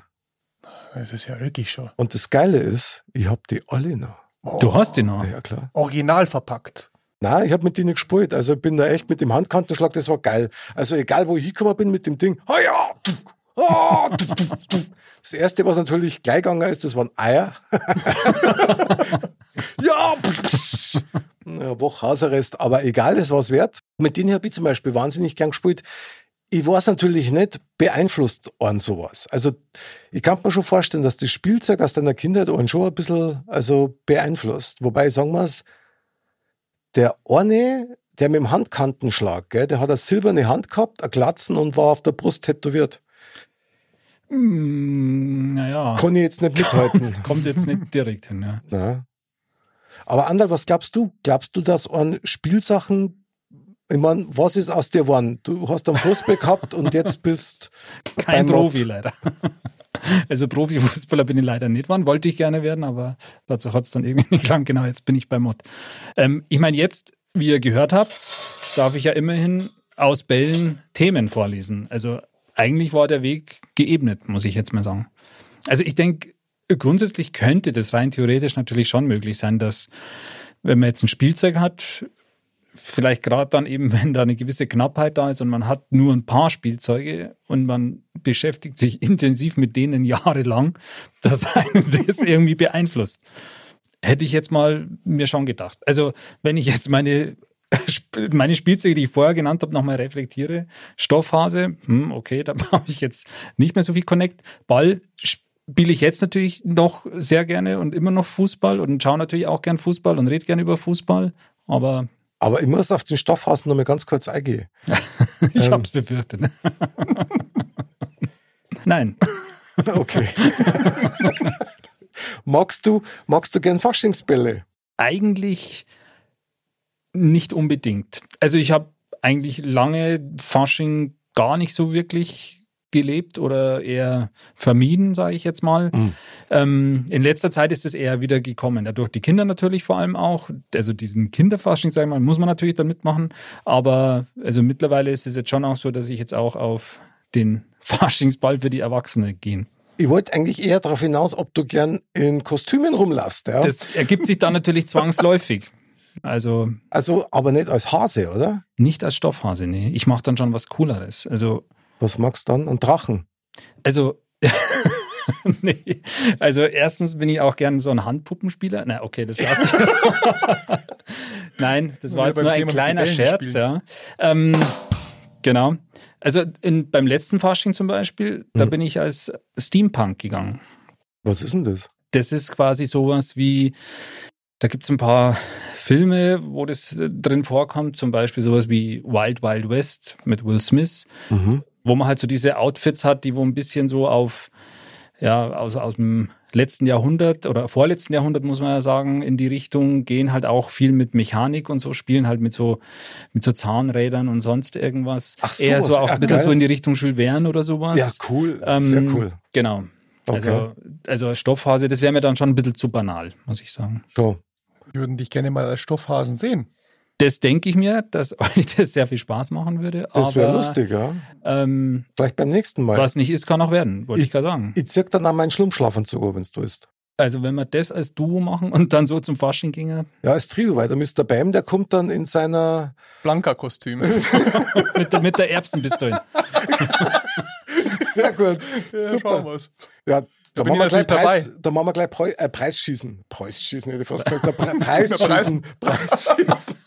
Das ist ja wirklich schon. Und das Geile ist, ich habe die alle noch. Du hast ihn noch. Ja, klar. Original verpackt. Nein, ich habe mit denen gespielt. Also ich bin da echt mit dem Handkantenschlag, das war geil. Also egal, wo ich hingekommen bin mit dem Ding. Ah ja, tuff, ah, tuff, tuff, tuff. Das Erste, was natürlich gleich gegangen ist, das waren Eier. ja, pff. ja, Woche Hausarrest. Aber egal, das war's wert. Mit denen habe ich zum Beispiel wahnsinnig gern gespielt. Ich weiß natürlich nicht, beeinflusst an sowas. Also ich kann mir schon vorstellen, dass das Spielzeug aus deiner Kindheit einen schon ein bisschen also beeinflusst. Wobei, sagen wir's der eine, der mit dem Handkantenschlag, gell, der hat eine silberne Hand gehabt, eine Glatzen und war auf der Brust tätowiert. Hm, naja, Kann ich jetzt nicht mithalten. kommt jetzt nicht direkt hin. Ja. Na. Aber Anderl, was glaubst du? Glaubst du, dass an Spielsachen, ich meine, was ist aus dir geworden? Du hast einen Fußball gehabt und jetzt bist Kein Beim Profi Mod. leider. Also Profifußballer bin ich leider nicht geworden, wollte ich gerne werden, aber dazu hat es dann irgendwie nicht lang. Genau, jetzt bin ich bei Mod. Ähm, ich meine, jetzt, wie ihr gehört habt, darf ich ja immerhin aus Bällen Themen vorlesen. Also eigentlich war der Weg geebnet, muss ich jetzt mal sagen. Also ich denke, grundsätzlich könnte das rein theoretisch natürlich schon möglich sein, dass wenn man jetzt ein Spielzeug hat, vielleicht gerade dann eben, wenn da eine gewisse Knappheit da ist und man hat nur ein paar Spielzeuge und man beschäftigt sich intensiv mit denen jahrelang, dass einen das irgendwie beeinflusst. Hätte ich jetzt mal mir schon gedacht. Also, wenn ich jetzt meine, Sp- meine Spielzeuge, die ich vorher genannt habe, nochmal reflektiere, Stoffhase, hm, okay, da brauche ich jetzt nicht mehr so viel Connect. Ball spiele ich jetzt natürlich noch sehr gerne und immer noch Fußball und schaue natürlich auch gern Fußball und rede gern über Fußball, aber aber ich muss auf den Stoffhasen noch mal ganz kurz eingehen. Ich Ähm. hab's befürchtet. Nein. Okay. magst du, magst du gern Faschingsbälle? Eigentlich nicht unbedingt. Also ich habe eigentlich lange Fasching gar nicht so wirklich gelebt oder eher vermieden, sage ich jetzt mal. Mhm. Ähm, in letzter Zeit ist es eher wieder gekommen. Ja, durch die Kinder natürlich vor allem auch. Also diesen Kinderfasching, sage ich mal, muss man natürlich dann mitmachen. Aber also mittlerweile ist es jetzt schon auch so, dass ich jetzt auch auf den Faschingsball für die Erwachsene gehen. Ich wollte eigentlich eher darauf hinaus, ob du gern in Kostümen rumlaufst. Ja? Das ergibt sich dann natürlich zwangsläufig. Also Also, aber nicht als Hase, oder? nicht als Stoffhase, nee. Ich mache dann schon was Cooleres. Also, Was magst du dann? Ein Drachen. also, nee. Also, erstens bin ich auch gern so ein Handpuppenspieler. Na, okay, das lasse ich. Nein, das war Ja, jetzt beim nur ein Thema mit kleiner Bällen Scherz, spielen. ja. Ähm, genau. Also, in, beim letzten Fasching zum Beispiel, da Mhm. bin ich als Steampunk gegangen. Was ist denn das? das ist quasi sowas wie, da gibt es ein paar Filme, wo das äh, drin vorkommt, zum Beispiel sowas wie Wild Wild West mit Will Smith, Mhm. wo man halt so diese Outfits hat, die wo ein bisschen so auf, ja, aus, aus dem letzten Jahrhundert oder vorletzten Jahrhundert, muss man ja sagen, in die Richtung gehen, halt auch viel mit Mechanik und so, spielen halt mit so, mit so Zahnrädern und sonst irgendwas. Ach, Eher so sowas. auch Ja, ein bisschen geil. so in die Richtung Jules Verne oder sowas. Ja, cool. Ähm, Sehr cool. Genau. Okay. Also, also Stoffhase, das wäre mir dann schon ein bisschen zu banal, muss ich sagen. So. Wir würden dich gerne mal als Stoffhasen sehen. Das denke ich mir, dass euch das sehr viel Spaß machen würde. Das wäre aber, lustig, ja. Ähm, Vielleicht beim nächsten Mal. was nicht ist, kann auch werden, wollte ich gerade sagen. Ich zirk dann an meinen Schlummschlafanzug, wenn du willst. Also wenn wir das als Duo machen und dann so zum Fasching ginge, Ja, als Trio, weil der Mr. Bam, der kommt dann in seiner. Blanka-Kostüm. mit, der- mit der Erbsenpistole. Sehr gut. schauen Super. wir's. Ja, da, Da bin machen ich wir gleich natürlich Preis, dabei. da machen wir gleich Preu, äh, Preisschießen. Preisschießen, hätte ich fast gesagt. Der Pre Preisschießen. Preisen. Preisschießen.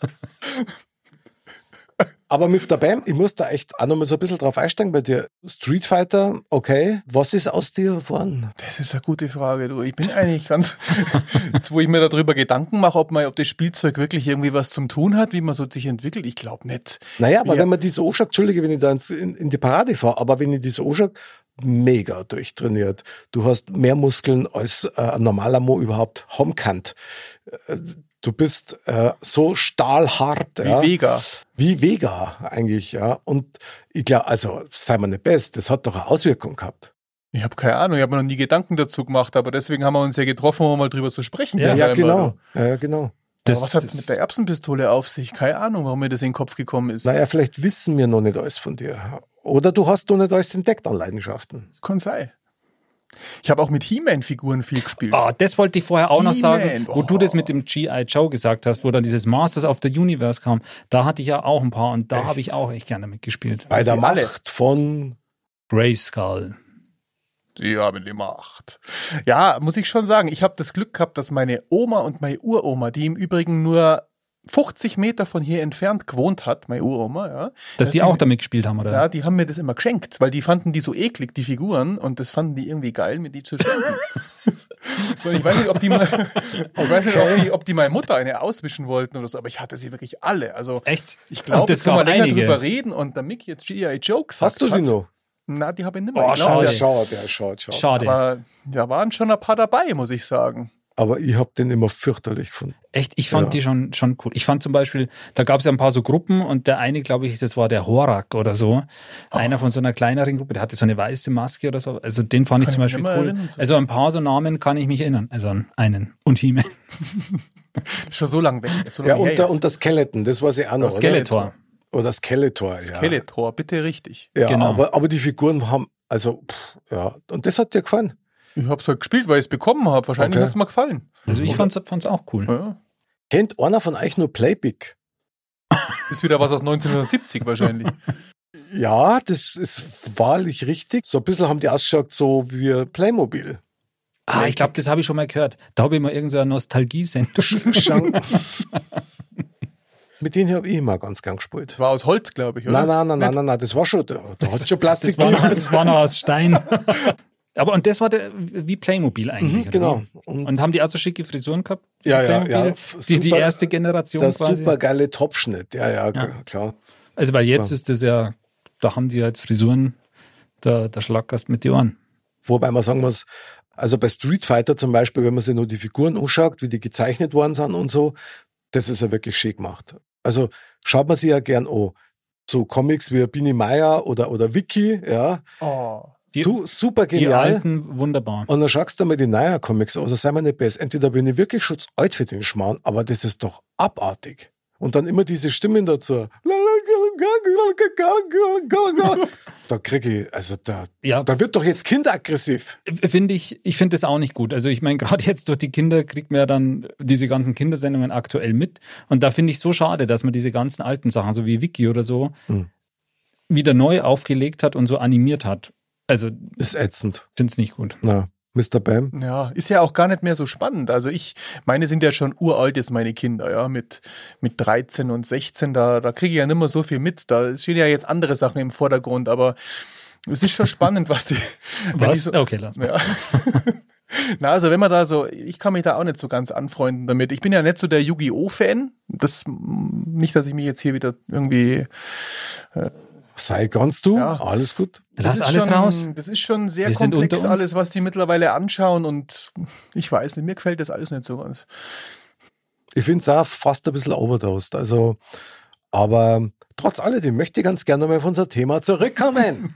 Aber Mr. Bam, ich muss da echt auch nochmal so ein bisschen drauf einsteigen bei dir. Street Fighter, okay. Was ist aus dir geworden? Das ist eine gute Frage, du. Ich bin eigentlich ganz, jetzt, wo ich mir darüber Gedanken mache, ob, man, ob das Spielzeug wirklich irgendwie was zum Tun hat, wie man so sich entwickelt. Ich glaube nicht. Naja, aber Ja. wenn man die so anschaut, Entschuldige, wenn ich da ins, in, in die Parade fahre, aber wenn ich die so anschaut, mega durchtrainiert. Du hast mehr Muskeln als äh, ein normaler Mo überhaupt haben kann. Äh, Du bist äh, so stahlhart. Wie ja. Vega. Wie Vega eigentlich, ja. Und ich glaube, also, sei mal nicht best, das hat doch eine Auswirkung gehabt. Ich habe keine Ahnung, ich habe mir noch nie Gedanken dazu gemacht, aber deswegen haben wir uns ja getroffen, um mal drüber zu sprechen. Ja, Ja, scheinbar, genau. du. Ja, ja, genau. Das- aber was hat es das- mit der Erbsenpistole auf sich? Keine Ahnung, warum mir das in den Kopf gekommen ist. Naja, vielleicht wissen wir noch nicht alles von dir. Oder du hast noch nicht alles entdeckt an Leidenschaften. Kann sein. Ich habe auch mit He-Man-Figuren viel gespielt. Ah, das wollte ich vorher auch noch sagen, He-Man, wo du das oh. mit dem G.I. Joe gesagt hast, wo dann dieses Masters of the Universe kam. Da hatte ich ja auch ein paar und da habe ich auch echt gerne mitgespielt. Bei der Sie alle. Macht von Grayskull. Die haben die Macht. Ja, muss ich schon sagen, ich habe das Glück gehabt, dass meine Oma und meine Uroma, die im Übrigen nur 50 Meter von hier entfernt gewohnt hat, meine Uroma, ja, Dass die auch damit gespielt haben, oder? ja, die haben mir das immer geschenkt, weil die fanden die so eklig, die Figuren, und das fanden die irgendwie geil, mir die zu schenken. so, ich weiß nicht, ob die, mal, ich weiß nicht ob, die, ob die meine Mutter eine auswischen wollten oder so, aber ich hatte sie wirklich alle. Also, Echt? ich glaube, Und das das kann man gab länger einige. drüber reden und der Mick jetzt G.I. Jokes Hast du die noch? Na, die habe ich nicht Oh, mehr. ich glaub, schade. Ja, der- schaut, ja, schaut, schaut. Schade. aber da waren schon ein paar dabei, muss ich sagen. Aber ich habe den immer fürchterlich gefunden. Echt, ich fand Ja. die schon, schon cool. Ich fand zum Beispiel, da gab es ja ein paar so Gruppen und der eine, glaube ich, das war der Horak oder so. Einer von so einer kleineren Gruppe, der hatte so eine weiße Maske oder so. Also den fand ich Kann zum ich Beispiel mich immer cool. erinnern, so. Also ein paar so Namen kann ich mich erinnern. Also an einen. Und He-Man. Ist Schon so lange weg. So Ja, lang her und, der, jetzt. und das Skeleton, das war sie auch noch. Oder, Skeletor. oder das Skeletor, ja. Skeletor, bitte richtig. Ja, Genau. aber, aber die Figuren haben, also, pff, ja. Und das hat dir gefallen? Ich hab's halt gespielt, weil ich es bekommen habe. Wahrscheinlich Okay. hat's mir gefallen. Also ich fand's, fand's auch cool. Ja. Kennt einer von euch nur Playbig? Ist wieder was aus 1970 wahrscheinlich. Ja, das ist wahrlich richtig. So ein bisschen haben die ausgeschaut, so wie Playmobil. Ah, ich glaube, das habe ich schon mal gehört. Da habe ich mal irgendeine so eine Nostalgie-Sendung. Schauen. Mit denen habe ich immer ganz gern gespielt. War aus Holz, glaube ich, Nein, oder? nein, nein, nein, nein, nein, das war schon, da, da hat schon Plastik Das war, noch, gegeben. das war noch aus Stein. Aber und das war der, wie Playmobil eigentlich. Mhm, oder genau. wie? Und Und haben die auch so schicke Frisuren gehabt? die Ja, ja, Playmobil? ja. Die, die Super- erste Generation das quasi. super geile Topfschnitt. Ja, ja, Ja. klar. Also, weil jetzt ist das ja, da haben die ja jetzt Frisuren, der, der Schlaggast mit die Ohren. Wobei man sagen muss, also bei Street Fighter zum Beispiel, wenn man sich nur die Figuren anschaut, wie die gezeichnet worden sind und so, das ist ja wirklich schick gemacht. Also schaut man sie ja gern an. So Comics wie Bini Meyer oder, oder Vicky, ja. Oh. Die, Du, super die genial. alten, wunderbar. Und dann schaust du mal die neuen Comics aus, da sei mir nicht besser. Entweder bin ich wirklich schon zu alt für den Schmarrn, aber das ist doch abartig. Und dann immer diese Stimmen dazu. Da kriege ich, also da, Ja, da wird doch jetzt Kind aggressiv. finde ich, ich finde das auch nicht gut. Also ich meine, gerade jetzt durch die Kinder kriegt man ja dann diese ganzen Kindersendungen aktuell mit. Und da finde ich so schade, dass man diese ganzen alten Sachen, so wie Wiki oder so, Hm. wieder neu aufgelegt hat und so animiert hat. Also Ist ätzend. finde es nicht gut. Na, Mr. Bam. Ja, ist ja auch gar nicht mehr so spannend. Also ich, meine sind ja schon uralt jetzt meine Kinder, ja, mit, mit 13 und 16, da, da kriege ich ja nicht mehr so viel mit. Da stehen ja jetzt andere Sachen im Vordergrund, aber es ist schon spannend, was die. wenn die Was? so- okay, lass mal. Ja. Na, also wenn man da so, ich kann mich da auch nicht so ganz anfreunden damit. Ich bin ja nicht so der Yu-Gi-Oh!-Fan. Das mm, nicht, dass ich mich jetzt hier wieder irgendwie. Sei ganz du, Ja. alles gut. das Lass ist alles schon, raus. Das ist schon sehr Wir sind unter komplex, uns. alles, was die mittlerweile anschauen und ich weiß nicht, mir gefällt das alles nicht so ganz. Ich finde es auch fast ein bisschen overdosed. Also, aber trotz alledem möchte ich ganz gerne nochmal auf unser Thema zurückkommen.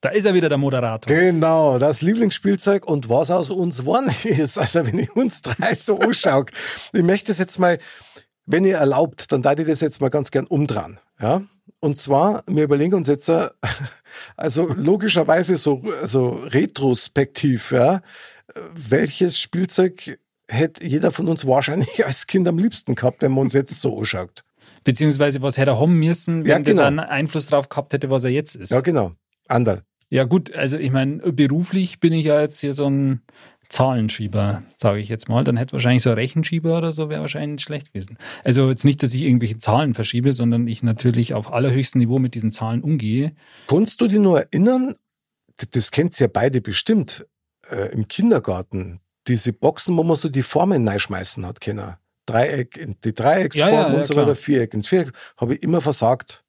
Da ist er wieder der Moderator. Genau, das Lieblingsspielzeug und was aus uns geworden ist. Also wenn ich uns drei so anschaue, ich möchte das jetzt mal, wenn ihr erlaubt, dann darf ich das jetzt mal ganz gern umdrehen. Ja? Und zwar, wir überlegen uns jetzt, äh, also logischerweise so also retrospektiv, ja, welches Spielzeug hätte jeder von uns wahrscheinlich als Kind am liebsten gehabt, wenn man uns jetzt so anschaut. Beziehungsweise, was hätte er haben müssen, wenn Ja, genau. das einen Einfluss drauf gehabt hätte, was er jetzt ist. Ja, genau. Anderl. Ja, gut, also ich meine, beruflich bin ich ja jetzt hier so ein Zahlenschieber, sage ich jetzt mal. Dann hätte wahrscheinlich so ein Rechenschieber oder so wäre wahrscheinlich nicht schlecht gewesen. Also jetzt nicht, dass ich irgendwelche Zahlen verschiebe, sondern ich natürlich auf allerhöchstem Niveau mit diesen Zahlen umgehe. Konntest du dich nur erinnern, d- das kennt ihr ja beide bestimmt, äh, im Kindergarten, diese Boxen, wo man so die Formen reinschmeißen hat können. Dreieck in die Dreiecksform Ja, ja, ja, und so klar. weiter, Viereck ins Viereck, habe ich immer versagt.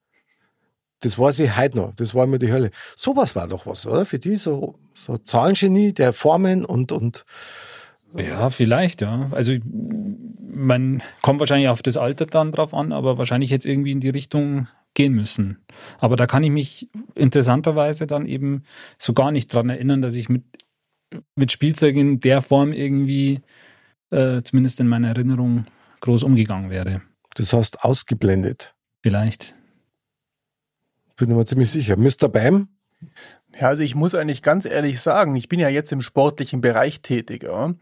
Das weiß ich heute noch, das war immer die Hölle. Sowas war doch was, oder? Für die so, so Zahlengenie, der Formen und, und Ja, vielleicht, ja. Also ich- man kommt wahrscheinlich auf das Alter dann drauf an, aber wahrscheinlich jetzt irgendwie in die Richtung gehen müssen. Aber da kann ich mich interessanterweise dann eben so gar nicht dran erinnern, dass ich mit, mit Spielzeug in der Form irgendwie, äh, zumindest in meiner Erinnerung, groß umgegangen wäre. das heißt ausgeblendet. Vielleicht. Bin ich mir ziemlich sicher. Mr. Bam, Ja, also ich muss eigentlich ganz ehrlich sagen, ich bin ja jetzt im sportlichen Bereich tätig. Ja.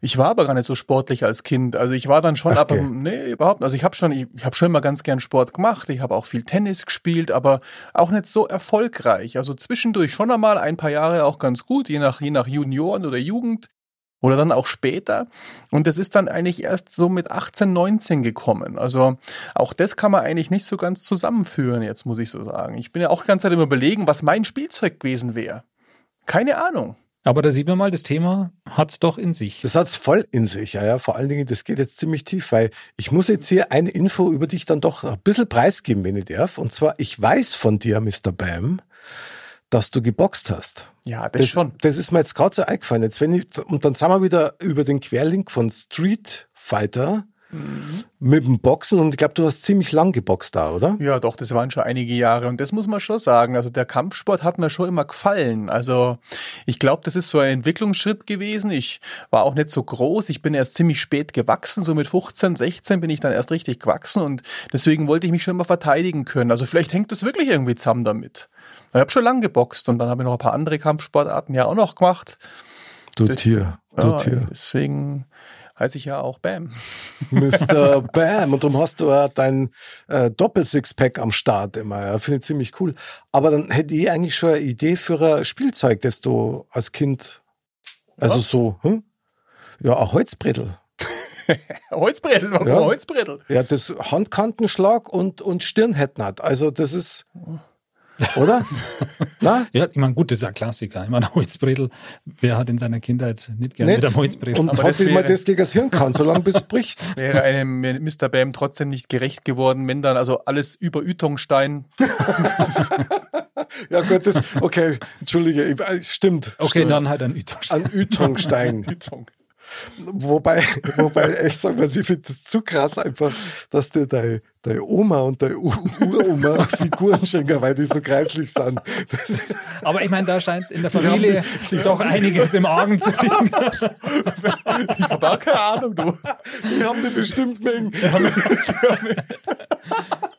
Ich war aber gar nicht so sportlich als Kind. Also ich war dann schon Ach, ab gell. am- nee, überhaupt. nicht. Also ich habe schon ich, ich habe schon immer ganz gern Sport gemacht. Ich habe auch viel Tennis gespielt, aber auch nicht so erfolgreich. Also zwischendurch schon einmal ein paar Jahre auch ganz gut, je nach je nach Junioren oder Jugend oder dann auch später. Und das ist dann eigentlich erst so mit 18, 19 gekommen. Also auch das kann man eigentlich nicht so ganz zusammenführen, jetzt muss ich so sagen. Ich bin ja auch die ganze Zeit immer überlegen, was mein Spielzeug gewesen wäre. Keine Ahnung. Aber da sieht man mal, das Thema hat es doch in sich. Das hat's voll in sich, ja, ja. Vor allen Dingen, das geht jetzt ziemlich tief, weil ich muss jetzt hier eine Info über dich dann doch ein bisschen preisgeben, wenn ich darf. Und zwar, ich weiß von dir, Mr. Bam, dass du geboxt hast. Ja, das, schon. Das ist mir jetzt gerade so eingefallen. Jetzt, wenn ich, und dann sind wir wieder über den Querlink von Street Fighter Mhm. mit dem Boxen. Und ich glaube, du hast ziemlich lang geboxt da, oder? Ja, doch, das waren schon einige Jahre und das muss man schon sagen. Also der Kampfsport hat mir schon immer gefallen. Also ich glaube, das ist so ein Entwicklungsschritt gewesen. Ich war auch nicht so groß. Ich bin erst ziemlich spät gewachsen. So mit 15, 16 bin ich dann erst richtig gewachsen und deswegen wollte ich mich schon immer verteidigen können. Also vielleicht hängt das wirklich irgendwie zusammen damit. Ich habe schon lang geboxt und dann habe ich noch ein paar andere Kampfsportarten ja auch noch gemacht. Du Tier, du Ja, Tier. deswegen heiße ich ja auch Bam. Mr. Bam. Und darum hast du ja dein äh, Doppel-Sixpack am Start immer. Ja. Finde ich ziemlich cool. Aber dann hätte ich eigentlich schon eine Idee für ein Spielzeug, das du als Kind, also so, hm? ja, ein Holzbrettel. Holzbrettel, warum Ja. Holzbrettel? Ja, das Handkantenschlag und, und Stirn hätten hat. Also das ist, oder? Na? Ja, ich meine, gut, das ist ein Klassiker. Ich meine, Holzbredel, wer hat in seiner Kindheit nicht gerne Nicht? mit einem Holzbredel? Und Aber hoffe das ich mal, wäre- das gegen das Hirn kann, solange bis es bricht. Wäre einem Mr. Bam trotzdem nicht gerecht geworden, wenn dann also alles über Ütongstein. Ja gut, das, okay, entschuldige, ich, äh, stimmt. Okay, stimmt. Also, dann halt ein Mythos. An Ytongstein. Ütong. Wobei, wobei echt sagen wir, ich finde das zu krass einfach, dass dir deine, deine Oma und deine U- Uroma Figuren schenken, weil die so kreislich sind. Das ist, Aber ich meine, da scheint in der haben Familie die- die doch einiges im Argen zu liegen. Ich habe auch keine Ahnung, du. die haben die bestimmt Mengen.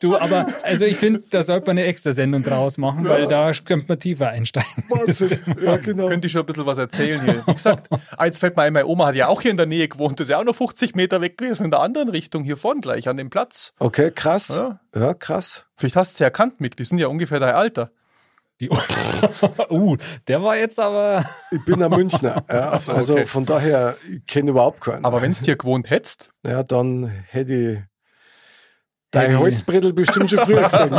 Du, aber also ich finde, da sollte man eine extra Sendung draus machen, weil da könnte man tiefer einsteigen. Wahnsinn. Ja, genau. Könnte ich schon ein bisschen was erzählen hier. Wie gesagt, eins fällt mir ein, meine Oma hat ja auch hier in der Nähe gewohnt, das ist ja auch noch 50 Meter weg gewesen, in der anderen Richtung, hier vorn gleich, an dem Platz. Okay, krass. Ja. Ja, krass. Vielleicht hast du es ja erkannt mit, wir sind ja ungefähr dein Alter. Die uh, der war jetzt aber. Ich bin ein Münchner. Ja, so, Also okay. von daher, ich kenne überhaupt keinen. Aber wenn es dir gewohnt hättest, ja, dann hätte ich dein Hätte- Holzbrettel bestimmt schon früher gesehen.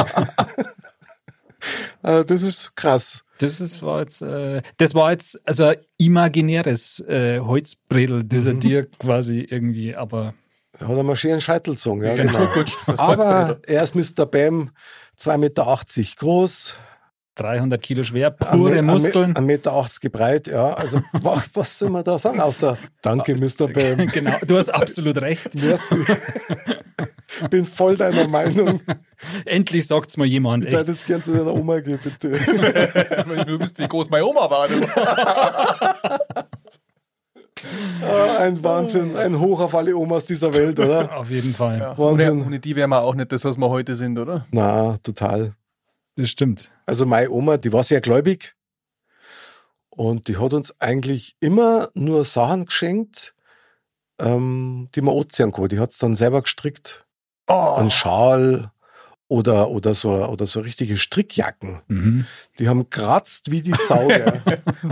Äh, das ist krass. Das ist, war jetzt, äh, das war jetzt also ein imaginäres äh, Holzbredel, das er dir quasi irgendwie, aber Hat er mal schön einen Scheitel gezogen, ja, genau. gerutscht fürs Aber Kreuzbrettel. er ist Mr. Bam, 2,80 Meter groß, 300 Kilo schwer, ein Me- pure ein Me- Muskeln. 1,80 Meter breit, ja. Also, wa- was soll man da sagen, außer Danke, Mr. Bam. Genau, du hast absolut recht. Merci. bin voll deiner Meinung. Endlich sagt's mal jemand. Ich hätte jetzt Echt. gern zu deiner Oma gehen, bitte. du wisst, wie groß meine Oma war. du. Ah, ein Wahnsinn, ein Hoch auf alle Omas dieser Welt, oder? Auf jeden Fall. Ja. Ohne, Wahnsinn. ohne die wären wir auch nicht das, was wir heute sind, oder? Na, total. Das stimmt. Also meine Oma, die war sehr gläubig und die hat uns eigentlich immer nur Sachen geschenkt, ähm, die man anziehen kann. Die hat es dann selber gestrickt, Oh, einen Schal oder, oder, so, oder so richtige Strickjacken. Mhm. Die haben kratzt wie die Sau, gell.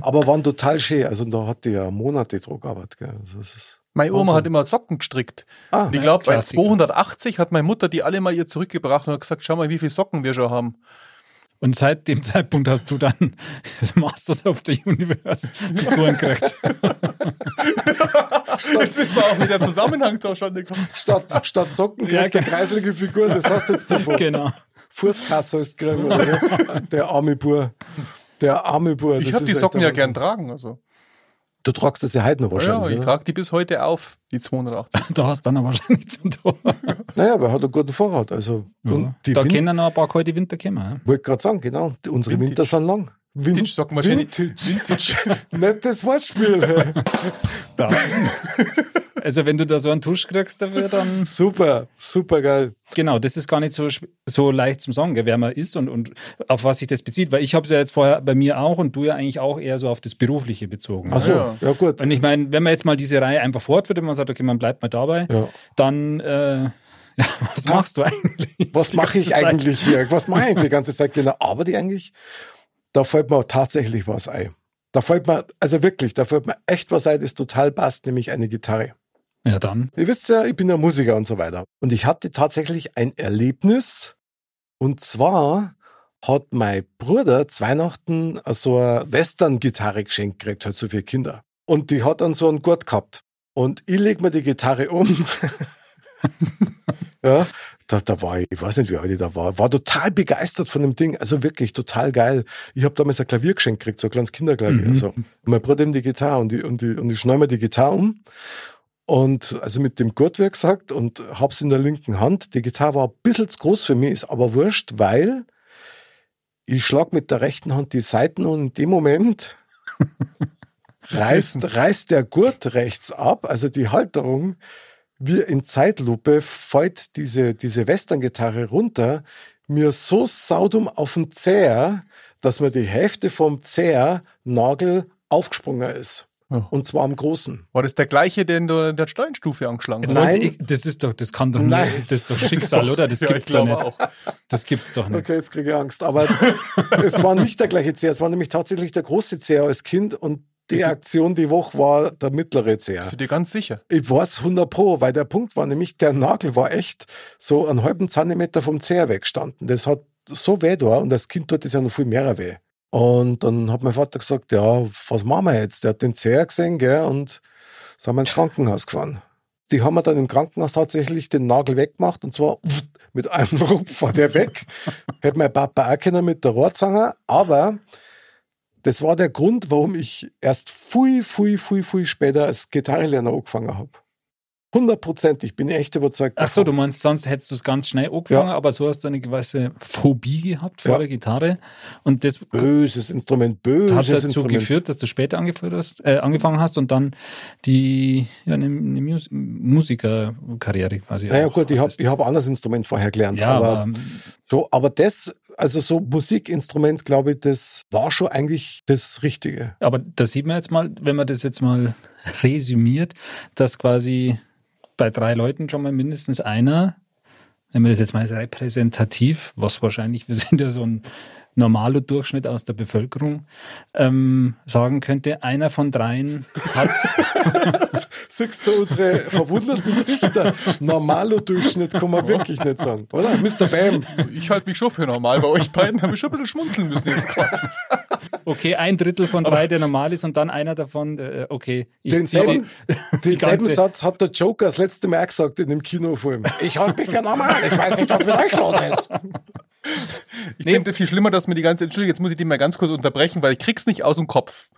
aber waren total schön. Also da hat die ja Monate Druck gearbeitet. Gell. Also das ist, meine Oma Wahnsinn. hat immer Socken gestrickt. ah, Und ich glaube, bei Klassiker. 280 hat meine Mutter die alle mal ihr zurückgebracht und hat gesagt, schau mal, wie viele Socken wir schon haben. Und seit dem Zeitpunkt hast du dann das Masters of the Universe Figuren gekriegt. Jetzt wissen wir auch, wie der Zusammenhang da schon kommt. statt, statt Socken kriegt der genau. kreiselige Figuren, das hast du jetzt davon. genau. Fußkasse ist gekriegt, oder? Der arme Bur. Der arme Bur. Ich das habe ist die echt Socken ja der Wahnsinn. gern tragen. Also. Du tragst das ja heute noch Ja, wahrscheinlich. ich oder? trage die bis heute auf, die 280. Da hast du dann aber wahrscheinlich zum Tor. Naja, aber er hat einen guten Vorrat. Also, und die da Win- kennen noch ein paar kalte Winter kommen. Wollte gerade sagen, genau. Die- Unsere Vintage. Winter sind lang. Win Vintage sagt man wahrscheinlich. Vintage. Nettes Wortspiel. Da. Also wenn du da so einen Tusch kriegst dafür, dann super, super geil. Genau, das ist gar nicht so, schw- so leicht zum Sagen, gell, wer man ist und, und auf was sich das bezieht, weil ich habe es ja jetzt vorher bei mir auch und du ja eigentlich auch eher so auf das Berufliche bezogen. Achso, ne? ja. Ja. ja gut. Und ich meine, wenn man jetzt mal diese Reihe einfach fortführt und man sagt, okay, man bleibt mal dabei, Ja. dann äh, ja, was machst du eigentlich? Was die mache ich ganze Zeit? eigentlich hier? Was mache ich eigentlich die ganze Zeit? Genau, aber die eigentlich, da fällt mir auch tatsächlich was ein. Da fällt mir, also wirklich, da fällt mir echt was ein, das total passt, nämlich eine Gitarre. Ja, dann. Ihr wisst ja, ich bin ja Musiker und so weiter. Und ich hatte tatsächlich ein Erlebnis. Und zwar hat mein Bruder zu Weihnachten so eine Western-Gitarre geschenkt gekriegt, halt so für Kinder. Und die hat dann so einen Gurt gehabt. Und ich leg mir die Gitarre um. ja, da, da war ich, ich weiß nicht, wie alt ich da war, war total begeistert von dem Ding. Also wirklich total geil. Ich habe damals ein Klavier geschenkt gekriegt, so ein kleines Kinderklavier. Mhm. So. Und mein Bruder eben die Gitarre und ich, und ich, und ich schneide mir die Gitarre um. Und also mit dem Gurt, wie gesagt, und hab's in der linken Hand. Die Gitarre war ein bisschen zu groß für mich, ist aber wurscht, weil ich schlag mit der rechten Hand die Saiten und in dem Moment reißt, reißt der Gurt rechts ab, also die Halterung. Wir in Zeitlupe fällt diese, diese Western-Gitarre runter, mir so saudum auf den Zeher, dass mir die Hälfte vom Zehernagel aufgesprungen ist. Oh. Und zwar am großen. War das der gleiche, den du in der Steinstufe angeschlagen Jetzt hast? Nein. wollte Ich, das ist doch, das kann doch nicht, Nein. das ist doch Schicksal, oder? Das Ja, gibt's ich doch glaube nicht. auch. Das gibt's doch nicht. Okay, jetzt kriege ich Angst. Aber es war nicht der gleiche Zehr. Es war nämlich tatsächlich der große Zehr als Kind und die Aktion die Woche war der mittlere Zehr. Bist du dir ganz sicher? Ich weiß 100 Pro, weil der Punkt war nämlich, der Nagel war echt so einen halben Zentimeter vom Zeher weggestanden. Das hat so weh da und das Kind tut das ja noch viel mehr weh. Und dann hat mein Vater gesagt, ja, was machen wir jetzt? Der hat den Zeher gesehen, gell, und sind wir ins Krankenhaus gefahren. Die haben mir dann im Krankenhaus tatsächlich den Nagel weggemacht und zwar mit einem Rupf war der weg. Hätte mein Papa auch können mit der Rohrzange, aber das war der Grund, warum ich erst viel, viel, viel, viel später als Gitarrelerner angefangen habe. Hundertprozentig, bin ich echt überzeugt. Ach so, du davon. meinst, sonst hättest du es ganz schnell angefangen, Ja. aber so hast du eine gewisse Phobie gehabt vor Ja. der Gitarre und das böses Instrument, böses hat dazu Instrument. geführt, dass du später angeführt hast, äh, angefangen hast und dann die ja, eine, eine Mus Musikerkarriere quasi. Naja auch gut, ich habe hattest. ich hab ein anderes Instrument vorher gelernt. ja, aber, aber, so, aber das, also so Musikinstrument, glaube ich, das war schon eigentlich das Richtige. aber da sieht man jetzt mal, wenn man das jetzt mal resümiert, dass quasi bei drei Leuten schon mal mindestens einer, wenn man das jetzt mal als repräsentativ, was wahrscheinlich, wir sind ja so ein normaler Durchschnitt aus der Bevölkerung, ähm, sagen könnte, einer von dreien hat Siehst du unsere verwunderten Sichter? Normaler Durchschnitt kann man wirklich nicht sagen, oder? Mr. Bam. Ich halte mich schon für normal. Bei euch beiden habe ich schon ein bisschen schmunzeln müssen jetzt gerade. Okay, ein Drittel von drei, der normal ist, und dann einer davon, äh, okay. Ich Denselben, denselben ganze- Satz hat der Joker das letzte Mal auch gesagt in dem Kinofilm. Ich halte mich für normal, ich weiß nicht, was mit euch los ist. Ich Nee. finde viel schlimmer, dass mir die ganze Entschuldigung, jetzt muss ich dich mal ganz kurz unterbrechen, weil ich krieg's nicht aus dem Kopf.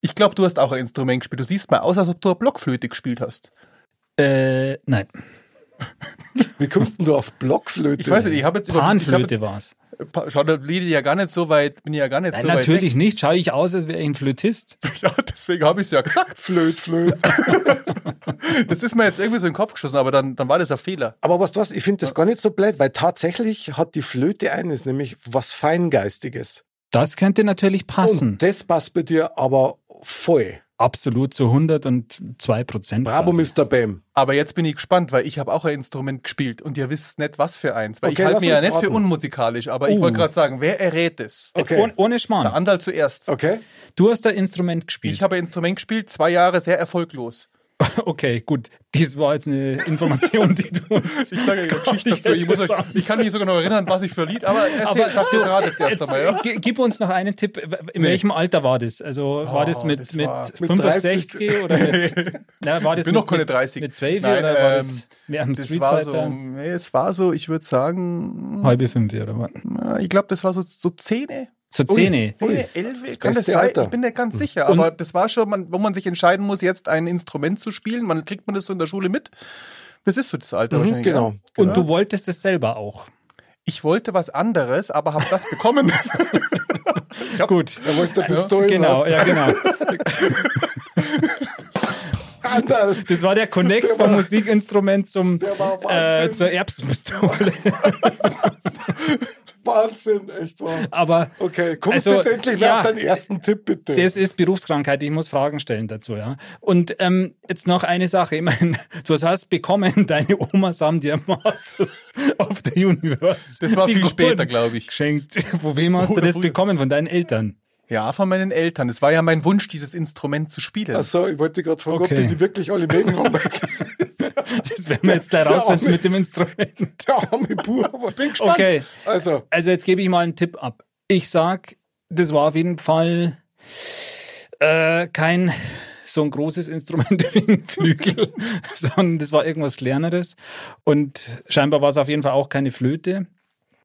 Ich glaube, du hast auch ein Instrument gespielt. Du siehst mal aus, als ob du eine Blockflöte gespielt hast. Äh, nein. Wie kommst denn du auf Blockflöte? Ich weiß nicht, ich habe jetzt über. ich hab Äh, Panflöte jetzt- war es. Pa- Schaut der Lied ja gar nicht so weit, bin ich ja gar nicht Nein, so weit. natürlich nicht. Schaue ich aus, als wäre ich ein Flötist. Weg. Ja, deswegen habe ich es ja gesagt. Flöt, flöt. Das ist mir jetzt irgendwie so in den Kopf geschossen, aber dann, dann war das ein Fehler. Aber was du was, ich finde das gar nicht so blöd, weil tatsächlich hat die Flöte eines, nämlich was Feingeistiges. Das könnte natürlich passen. Und das passt bei dir aber voll. Absolut zu 102 Prozent. Bravo, Mr. Bam. Aber jetzt bin ich gespannt, weil ich habe auch ein Instrument gespielt und ihr wisst nicht, was für eins. Weil Okay, ich halte lass mich ja uns nicht für raten. unmusikalisch, aber ich Uh. wollte gerade sagen, wer errät es? Jetzt Okay. ohne, ohne Der Schmarrn. Andal zuerst. Okay? Du hast ein Instrument Ich gespielt. habe ein Instrument gespielt, zwei Jahre sehr erfolglos. Okay, gut. Dies war jetzt eine Information, die du uns. Ich sage ja eine Geschichte nicht dazu. Ich, muss euch, sagen. ich kann mich sogar noch erinnern, was ich für ein Lied, aber erzähl, Aber- sag dir gerade jetzt erst Jetzt, einmal. Ja? gi- Gib uns noch einen Tipp. In Nee. welchem Alter war das? Also war das Oh, mit, das mit war- Mit 65 oder mit, na, war das bin mit, noch keine 30. Mit, mit 12 Nein, oder war ähm, das mehr am Das Street war so, hm. Fighter? nee, es war so, ich würde sagen, Halbe 5 oder was? äh, ich glaube, das war so, so Zähne. Zur 10. Ui, Zehn, elf, das kann das beste sein? Alter. Hm. Ich bin da ganz sicher. Und- aber das war schon, man, wo man sich entscheiden muss, jetzt ein Instrument zu spielen. Man kriegt man das so in der Schule mit. Das ist so das Alter Mhm, wahrscheinlich. genau. Ja. Und du wolltest es selber auch. Ich wollte was anderes, aber habe das bekommen. Gut. Er wollte Pistolen Genau, lassen. ja, genau. Anderl. Das war der Connect vom Musikinstrument zum, Der war äh, Wahnsinn. zur Erbsenpistole. Wahnsinn, echt wahr. Aber Okay, kommst Also, jetzt endlich ja. mal auf deinen ersten Tipp, bitte. das ist Berufskrankheit, ich muss Fragen stellen dazu, ja. Und ähm, jetzt noch eine Sache. Ich meine, du hast bekommen, deine Omas haben dir Masters of the Universe. Das war viel Figuren später, glaube ich. Geschenkt. Von wem hast du Oder das früher. bekommen? Von deinen Eltern. Ja, von meinen Eltern. Es war ja mein Wunsch, dieses Instrument zu spielen. Achso, ich wollte gerade fragen, Okay. ob die die wirklich alle mögen haben. Das werden wir jetzt gleich Der rausfinden Arme. mit dem Instrument. Der arme Bub, aber bin gespannt. Okay. Also, Also jetzt gebe ich mal einen Tipp ab. Ich sag, das war auf jeden Fall äh, kein so ein großes Instrument wie ein Flügel, sondern das war irgendwas Kleineres. Und scheinbar war es auf jeden Fall auch keine Flöte.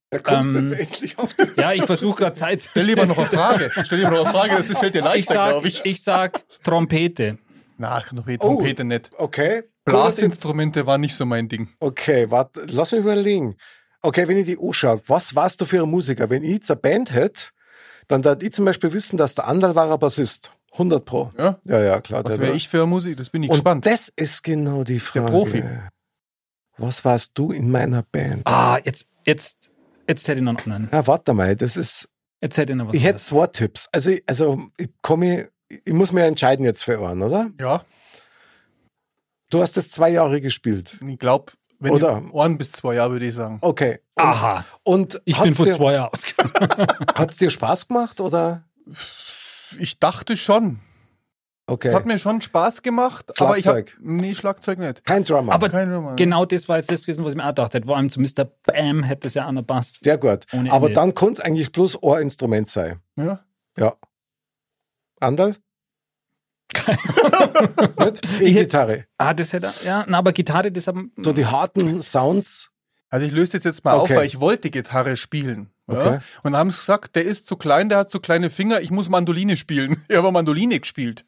da kommst du Ähm, jetzt endlich auf den Ja, ich versuche gerade Zeit zu Stell lieber noch eine Frage. Stell lieber noch eine Frage, das fällt dir Ich leichter, sag, glaube ich. ich. sag Trompete. Na, Trompete, Oh. Trompete nicht. Oh, Okay. Blasinstrumente waren nicht so mein Ding. Okay, warte, lass mich überlegen. Okay, wenn ich die anschaue, was warst du für ein Musiker? Wenn ich jetzt eine Band hätte, dann würde ich zum Beispiel wissen, dass der Anderl war ein Bassist. 100 Pro. Ja? Ja, ja, klar. Also Was der wäre war- ich für eine Musik? Das bin ich Und gespannt. das ist genau die Frage. Profi. Was warst du in meiner Band? Ah, jetzt, jetzt, jetzt hätte ich noch einen anderen. Ja, warte mal, das ist, Jetzt hätte ich noch was. ich hätte anderes. zwei Tipps. Also, ich- also ich komme, ich muss mir entscheiden jetzt für einen, oder? Ja, Du hast das zwei Jahre gespielt. ich glaube, wenn Oder- ich Ohren bis zwei Jahre, würde ich sagen. Okay. Und, Aha, Und ich hat's bin vor dir, zwei Jahren ausgegangen. hat's dir Spaß gemacht oder? Ich dachte schon. Okay. Hat mir schon Spaß gemacht, aber ich habe Schlagzeug. nee Schlagzeug nicht. Kein Drummer. Aber Keine Ahnung. Genau das war jetzt das Wissen, was ich mir auch gedacht hätte. Vor allem zu Mr. Bam hätte es ja auch noch passt. Sehr gut. Ohne Aber Ende. dann kann es eigentlich bloß ein Instrument sein. Ja. Ja. Anderl? Nicht? E-Gitarre. Ah, das hätte er, ja, na, aber Gitarre, das haben. So die harten Sounds. Also ich löse das jetzt mal Okay. auf, weil ich wollte Gitarre spielen. Okay. Ja? Und dann haben sie gesagt, der ist zu klein, der hat zu kleine Finger, ich muss Mandoline spielen. Ich habe Mandoline gespielt.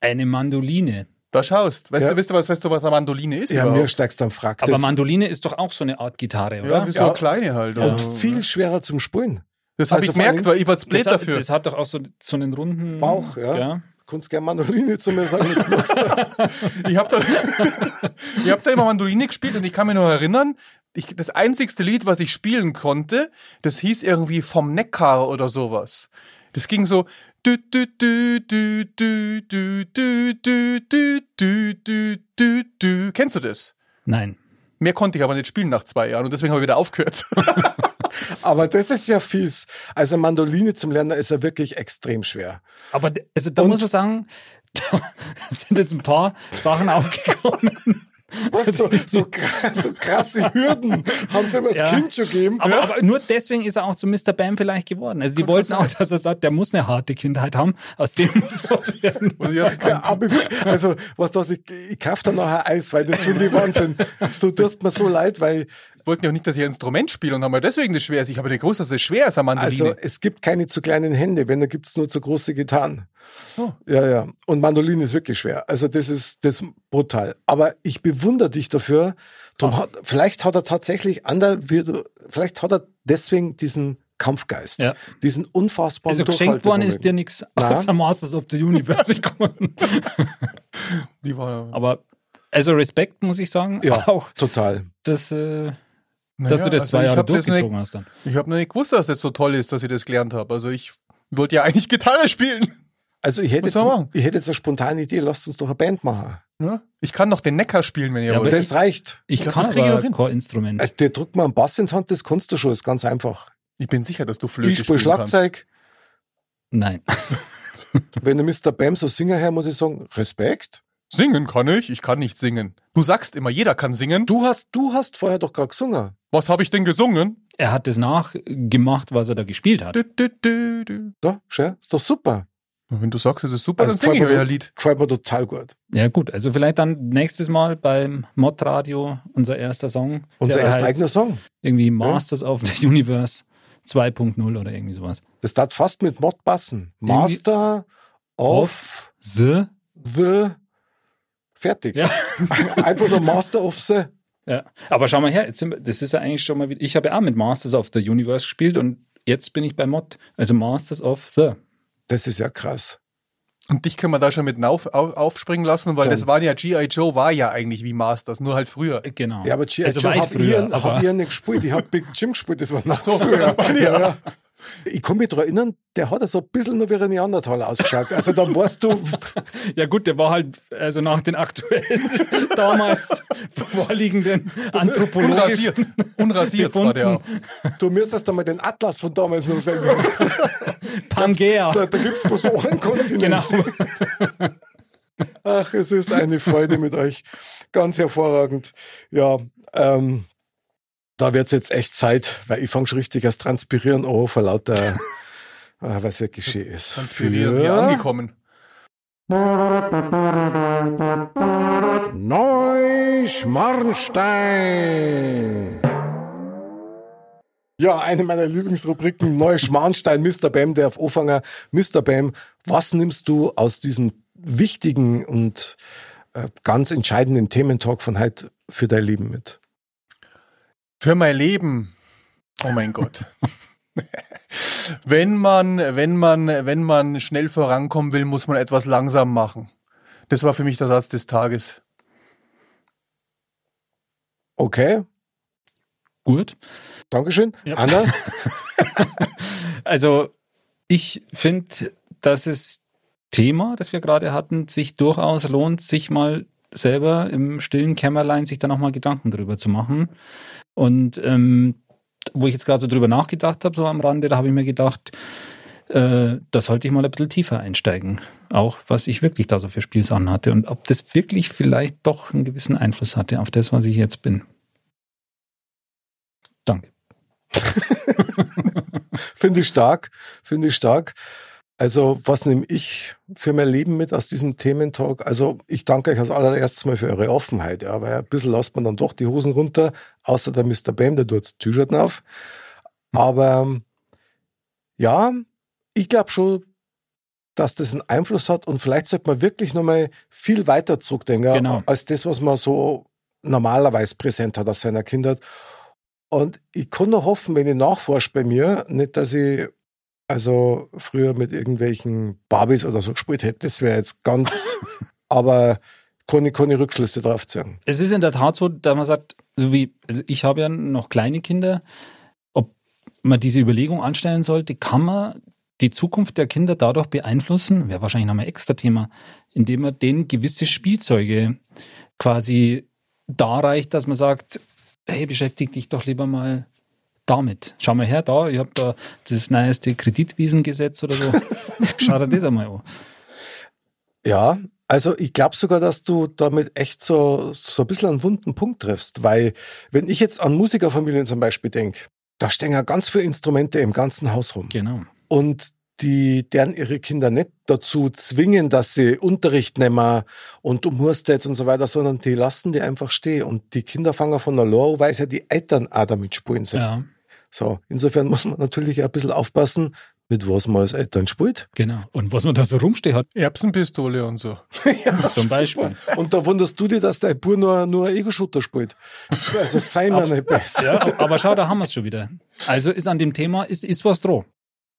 Eine Mandoline. Da schaust. Weißt Ja. du, wisst ihr was, weißt du, was eine Mandoline ist? Ja, überhaupt? mir steigst dann fragt Aber das. Mandoline ist doch auch so eine Art Gitarre, oder? ja, wie so Ja. eine kleine halt. Und Also, viel schwerer zum Spielen. das habe also ich vor allem- gemerkt, weil ich war zu blöd das, hat, dafür. das hat doch auch so, so einen runden Bauch, ja. Kannst gerne Mandoline zu mir sagen. jetzt machst du. Ich habe da, ich hab da immer Mandoline gespielt und ich kann mich noch erinnern, ich, das einzigste Lied, was ich spielen konnte, das hieß irgendwie vom Neckar oder sowas. Das ging so. dü, dü, dü, dü, dü, dü, dü, dü, dü, dü, dü, dü, dü. Kennst du das? Nein. Mehr konnte ich aber nicht spielen nach zwei Jahren und deswegen habe ich wieder aufgehört. Aber das ist ja fies. Also Mandoline zum Lernen ist ja wirklich extrem schwer. Aber d- also, da Und- muss man sagen, da sind jetzt ein paar Sachen aufgekommen. Weißt, so, so, krass, so krasse Hürden haben sie mir als Ja. Kind schon gegeben. Aber, aber nur deswegen ist er auch zu Mr. Bam vielleicht geworden. Also die wollten auch, dass er sagt, der muss eine harte Kindheit haben, aus dem muss was werden. Und ich hab- Ja, aber ich- also, was du was, ich, ich kauf da nachher Eis, weil das finde ich Wahnsinn. Du tust mir so leid, weil wollten ja auch nicht, dass ich ein Instrument spiele und haben mir deswegen das schwer ist. Ich habe ja nicht gewusst, dass es schwer ist, eine Also ne? Mandoline. es gibt keine zu kleinen Hände, wenn, da gibt's nur zu große Gitarren. Oh. Ja, ja. Und Mandoline ist wirklich schwer. Also das ist das ist brutal. Aber ich bewundere dich dafür. Drum hat, vielleicht hat er tatsächlich, Anderl, wie du- vielleicht hat er deswegen diesen Kampfgeist, Ja. diesen unfassbaren Also geschenkt worden ist dir nichts, Nein. außer Masters of the Universe gekommen. Die war, Aber also Respekt, muss ich sagen. Ja, Auch, total. dass, äh, Naja, dass du das also zwei ich Jahre hab das durchgezogen nicht- hast dann. Ich habe noch nicht gewusst, dass das so toll ist, dass ich das gelernt habe. Also ich wollte ja eigentlich Gitarre spielen. Also ich hätte, Was soll man machen? jetzt, ich hätte jetzt eine spontane Idee, lasst uns doch eine Band machen. Ja? Ich kann noch den Neckar spielen, wenn ihr Ja, wollt. aber Das reicht. Ich glaub, kann das krieg ich aber noch hin. kein Instrument. Äh, Dir drückt man einen Bass in die Hand, das kannst du schon, ist ganz einfach. Ich bin sicher, dass du Flöte Ich spiele spielen Schlagzeug. Nein. Wenn der Mr. Bam so Singer her, muss ich sagen, Respekt. kannst. Singen kann ich, ich kann nicht singen. Du sagst immer, jeder kann singen. Du hast, du hast vorher doch gerade gesungen. Was habe ich denn gesungen? Er hat das nachgemacht, was er da gespielt hat. Du, du, du, du. Da, schau, ist doch super. Wenn du sagst, es ist super, Also dann singe ich gefällt mir euer to- Lied. Gefällt mir total gut. Ja, gut. Also vielleicht dann nächstes Mal beim Mod-Radio unser erster Song. Unser der erster heißt eigener Song. Irgendwie Masters of the Universe 2.0 oder irgendwie sowas. Das tat fast mit Mod passen. Master of The? the Fertig. Ja. Einfach nur Master of the. Ja, aber schau mal her, jetzt sind wir, das ist ja eigentlich schon mal wieder. Ich habe ja auch mit Masters of the Universe gespielt und jetzt bin ich bei Mod, also Masters of the. Das ist ja krass. Und dich können wir da schon mit auf, auf, aufspringen lassen, weil Dann. das waren ja G.I. Joe war ja eigentlich wie Masters, nur halt früher. Genau. Ja, aber G.I. also Joe weit hab früher, ich aber hab ich nicht gespielt. Ich hab Big Jim gespielt, das war nach So früher. Ja, ja. Ich kann mich daran erinnern, der hat ja so ein bisschen nur wie ein Neandertaler ausgeschaut. Also dann warst du, ja gut, der war halt also nach den aktuellen damals vorliegenden anthropologischen Unrasiert. Unrasiert war der auch. du müsstest dann mal den Atlas von damals noch sehen. Pangea. Da, da gibt's bloß einen Kontinent. Genau. Ach, es ist eine Freude mit euch. Ganz hervorragend. Ja, ähm, da wird es jetzt echt Zeit, weil ich fange schon richtig als Transpirieren an, vor lauter, ah, was wird geschehen ist. Transpirieren, hier angekommen. Neuschmarnstein! Ja, eine meiner Lieblingsrubriken, Neuschmarnstein, Mr. Bam, der auf Ofanger. Mr. Bam, was nimmst du aus diesem wichtigen und äh, ganz entscheidenden Thementalk von heute für dein Leben mit? Für mein Leben. Oh mein Gott. wenn man, wenn man, wenn man schnell vorankommen will, muss man etwas langsam machen. Das war für mich der Satz des Tages. Okay, Gut. Dankeschön. Ja. Anna, Also ich finde, dass es Thema, das wir gerade hatten, sich durchaus lohnt, sich mal selber im stillen Kämmerlein sich da nochmal Gedanken drüber zu machen. Und ähm, wo ich jetzt gerade so drüber nachgedacht habe, so am Rande, da habe ich mir gedacht, äh, da sollte ich mal ein bisschen tiefer einsteigen. Auch was ich wirklich da so für Spielsachen hatte und ob das wirklich vielleicht doch einen gewissen Einfluss hatte auf das, was ich jetzt bin. Danke. finde ich stark, finde ich stark. Also, was nehme ich für mein Leben mit aus diesem Thementalk? Also, ich danke euch als allererstes mal für eure Offenheit, ja, weil ein bisschen lasst man dann doch die Hosen runter, außer der Mr. Bam, der tut das T-Shirt auf. Aber ähm, ja, ich glaube schon, dass das einen Einfluss hat und vielleicht sollte man wirklich nochmal viel weiter zurückdenken, Genau. als das, was man so normalerweise präsent hat aus seiner Kindheit. Und ich kann nur hoffen, wenn ich nachforsche bei mir, nicht, dass ich also früher mit irgendwelchen Barbies oder so gespielt hätte. Das wäre jetzt ganz, aber kann ich keine Rückschlüsse drauf ziehen. es ist in der Tat so, da man sagt, so wie, also ich habe ja noch kleine Kinder, ob man diese Überlegung anstellen sollte, kann man die Zukunft der Kinder dadurch beeinflussen, wäre wahrscheinlich nochmal ein extra Thema, indem man denen gewisse Spielzeuge quasi darreicht, dass man sagt, hey, beschäftige dich doch lieber mal damit. Schau mal her, da, ich habe da das neueste Kreditwiesengesetz oder so. Schau dir das einmal an. Ja, also ich glaube sogar, dass du damit echt so, so ein bisschen einen wunden Punkt triffst, weil wenn ich jetzt an Musikerfamilien zum Beispiel denke, da stehen ja ganz viele Instrumente im ganzen Haus rum. Genau. und die deren ihre Kinder nicht dazu zwingen, dass sie Unterricht nehmen und du musst jetzt und so weiter, sondern die lassen die einfach stehen. Und die Kinder fangen von der Lore, weil ja die Eltern auch damit spielen sind. Ja. So, insofern muss man natürlich ein bisschen aufpassen, mit was man als Eltern spielt. Genau. Und was man da so rumstehen hat, Erbsenpistole und so. ja, Zum Beispiel. Super. Und da wunderst du dich, dass dein Bub nur, nur einen Ego-Shooter spielt. Also sei mir nicht besser. ja, aber schau, da haben wir es schon wieder. Also ist an dem Thema, ist, ist was droh.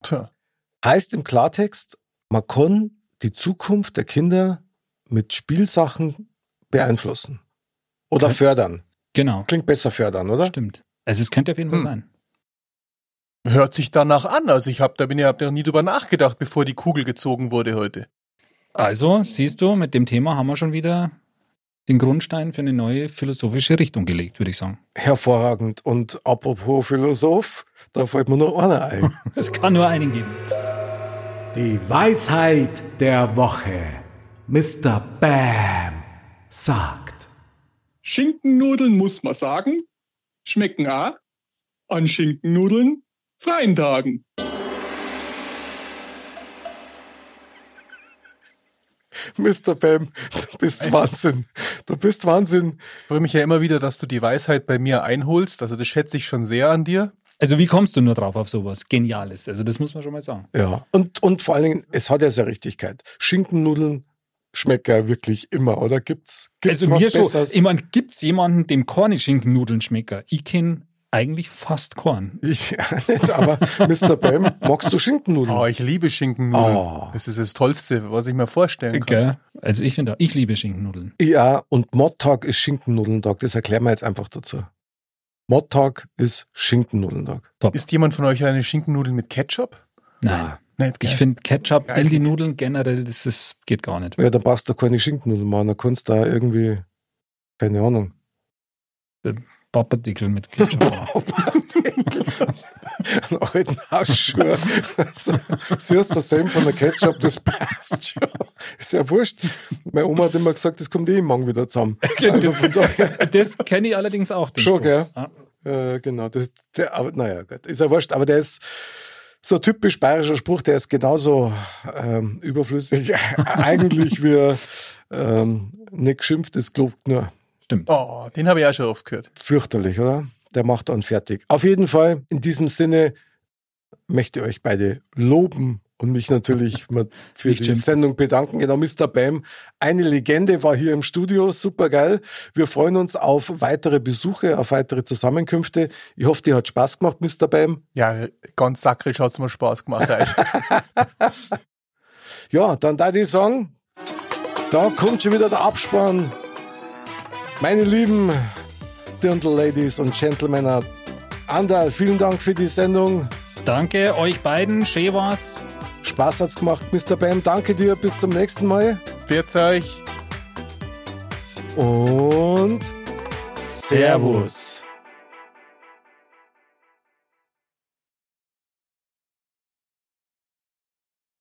Tja. Heißt im Klartext, man kann die Zukunft der Kinder mit Spielsachen beeinflussen. Oder Okay. fördern. Genau. Klingt besser fördern, oder? Stimmt. Also es könnte auf jeden Fall Hm. sein. Hört sich danach an. Also ich habe da bin ja hab da noch nie drüber nachgedacht, bevor die Kugel gezogen wurde heute. Also, siehst du, mit dem Thema haben wir schon wieder den Grundstein für eine neue philosophische Richtung gelegt, würde ich sagen. Hervorragend. Und apropos Philosoph, da fällt mir nur einer ein. Es kann nur einen geben. Die Weisheit der Woche. Mr. Bam sagt. Schinkennudeln muss man sagen, schmecken auch an Schinkennudeln freien Tagen. Mr. Bam, du bist Wahnsinn. Du bist Wahnsinn. Ich freue mich ja immer wieder, dass du die Weisheit bei mir einholst. Also das schätze ich schon sehr an dir. Also, wie kommst du nur drauf auf sowas? Geniales. Also, das muss man schon mal sagen. Ja. Und, und vor allen Dingen, es hat ja seine Richtigkeit. Schinkennudeln schmecken ja wirklich immer, oder? Gibt's, gibt's also, was mir schon. Besseres? Ich meine, gibt es jemanden, dem keine Schinkennudeln schmecken? Ich kenne eigentlich fast Korn. Ich, nicht, aber Mr. Bam, magst du Schinkennudeln? Oh, ich liebe Schinkennudeln. Oh. Das ist das Tollste, was ich mir vorstellen kann. Gell? Also, ich finde, auch- ich liebe Schinkennudeln. Ja, und Mottag ist Schinkennudelntag. Das erklären wir jetzt einfach dazu. Mottag ist Schinkennudelntag. Ist jemand von euch eine Schinkennudel mit Ketchup? Ah, Nein. Nein, Ich finde Ketchup in die Geistig. Nudeln generell, das ist, geht gar nicht. Ja, dann brauchst du keine Schinkennudeln machen. Dann kannst du da irgendwie, keine Ahnung. Papperdickel mit Ketchup. Einen alten Hausschuh. Also, Siehst du, Sam von der Ketchup, das passt schon. Ist ja wurscht. Meine Oma hat immer gesagt, das kommt eh im Morgen wieder zusammen. Also von daher, das kenne ich allerdings auch. den Schon, Spruch. gell? Ja. äh, genau. Das, der, aber naja, gut, ist ja wurscht. Aber der ist so ein typisch bayerischer Spruch, der ist genauso ähm, überflüssig eigentlich wie ähm, nicht geschimpft, es globt nur. Oh, den habe ich auch schon oft gehört. Fürchterlich, oder? Der macht einen fertig. Auf jeden Fall, in diesem Sinne möchte ich euch beide loben und mich natürlich mal für Nicht die schimpfen. Sendung bedanken. Genau, Mr. Bam, eine Legende war hier im Studio, super geil. Wir freuen uns auf weitere Besuche, auf weitere Zusammenkünfte. Ich hoffe, dir hat Spaß gemacht, Mr. Bam. Ja, ganz sakrisch hat es mir Spaß gemacht. Also. Ja, dann da ich sagen, da kommt schon wieder der Abspann. Meine lieben Dirndl Ladies und Gentlemen, Andal, vielen Dank für die Sendung. Danke euch beiden. Schön war's. Spaß hat's gemacht, Mr. Bam. Danke dir, bis zum nächsten Mal. Pfiat euch. Und Servus.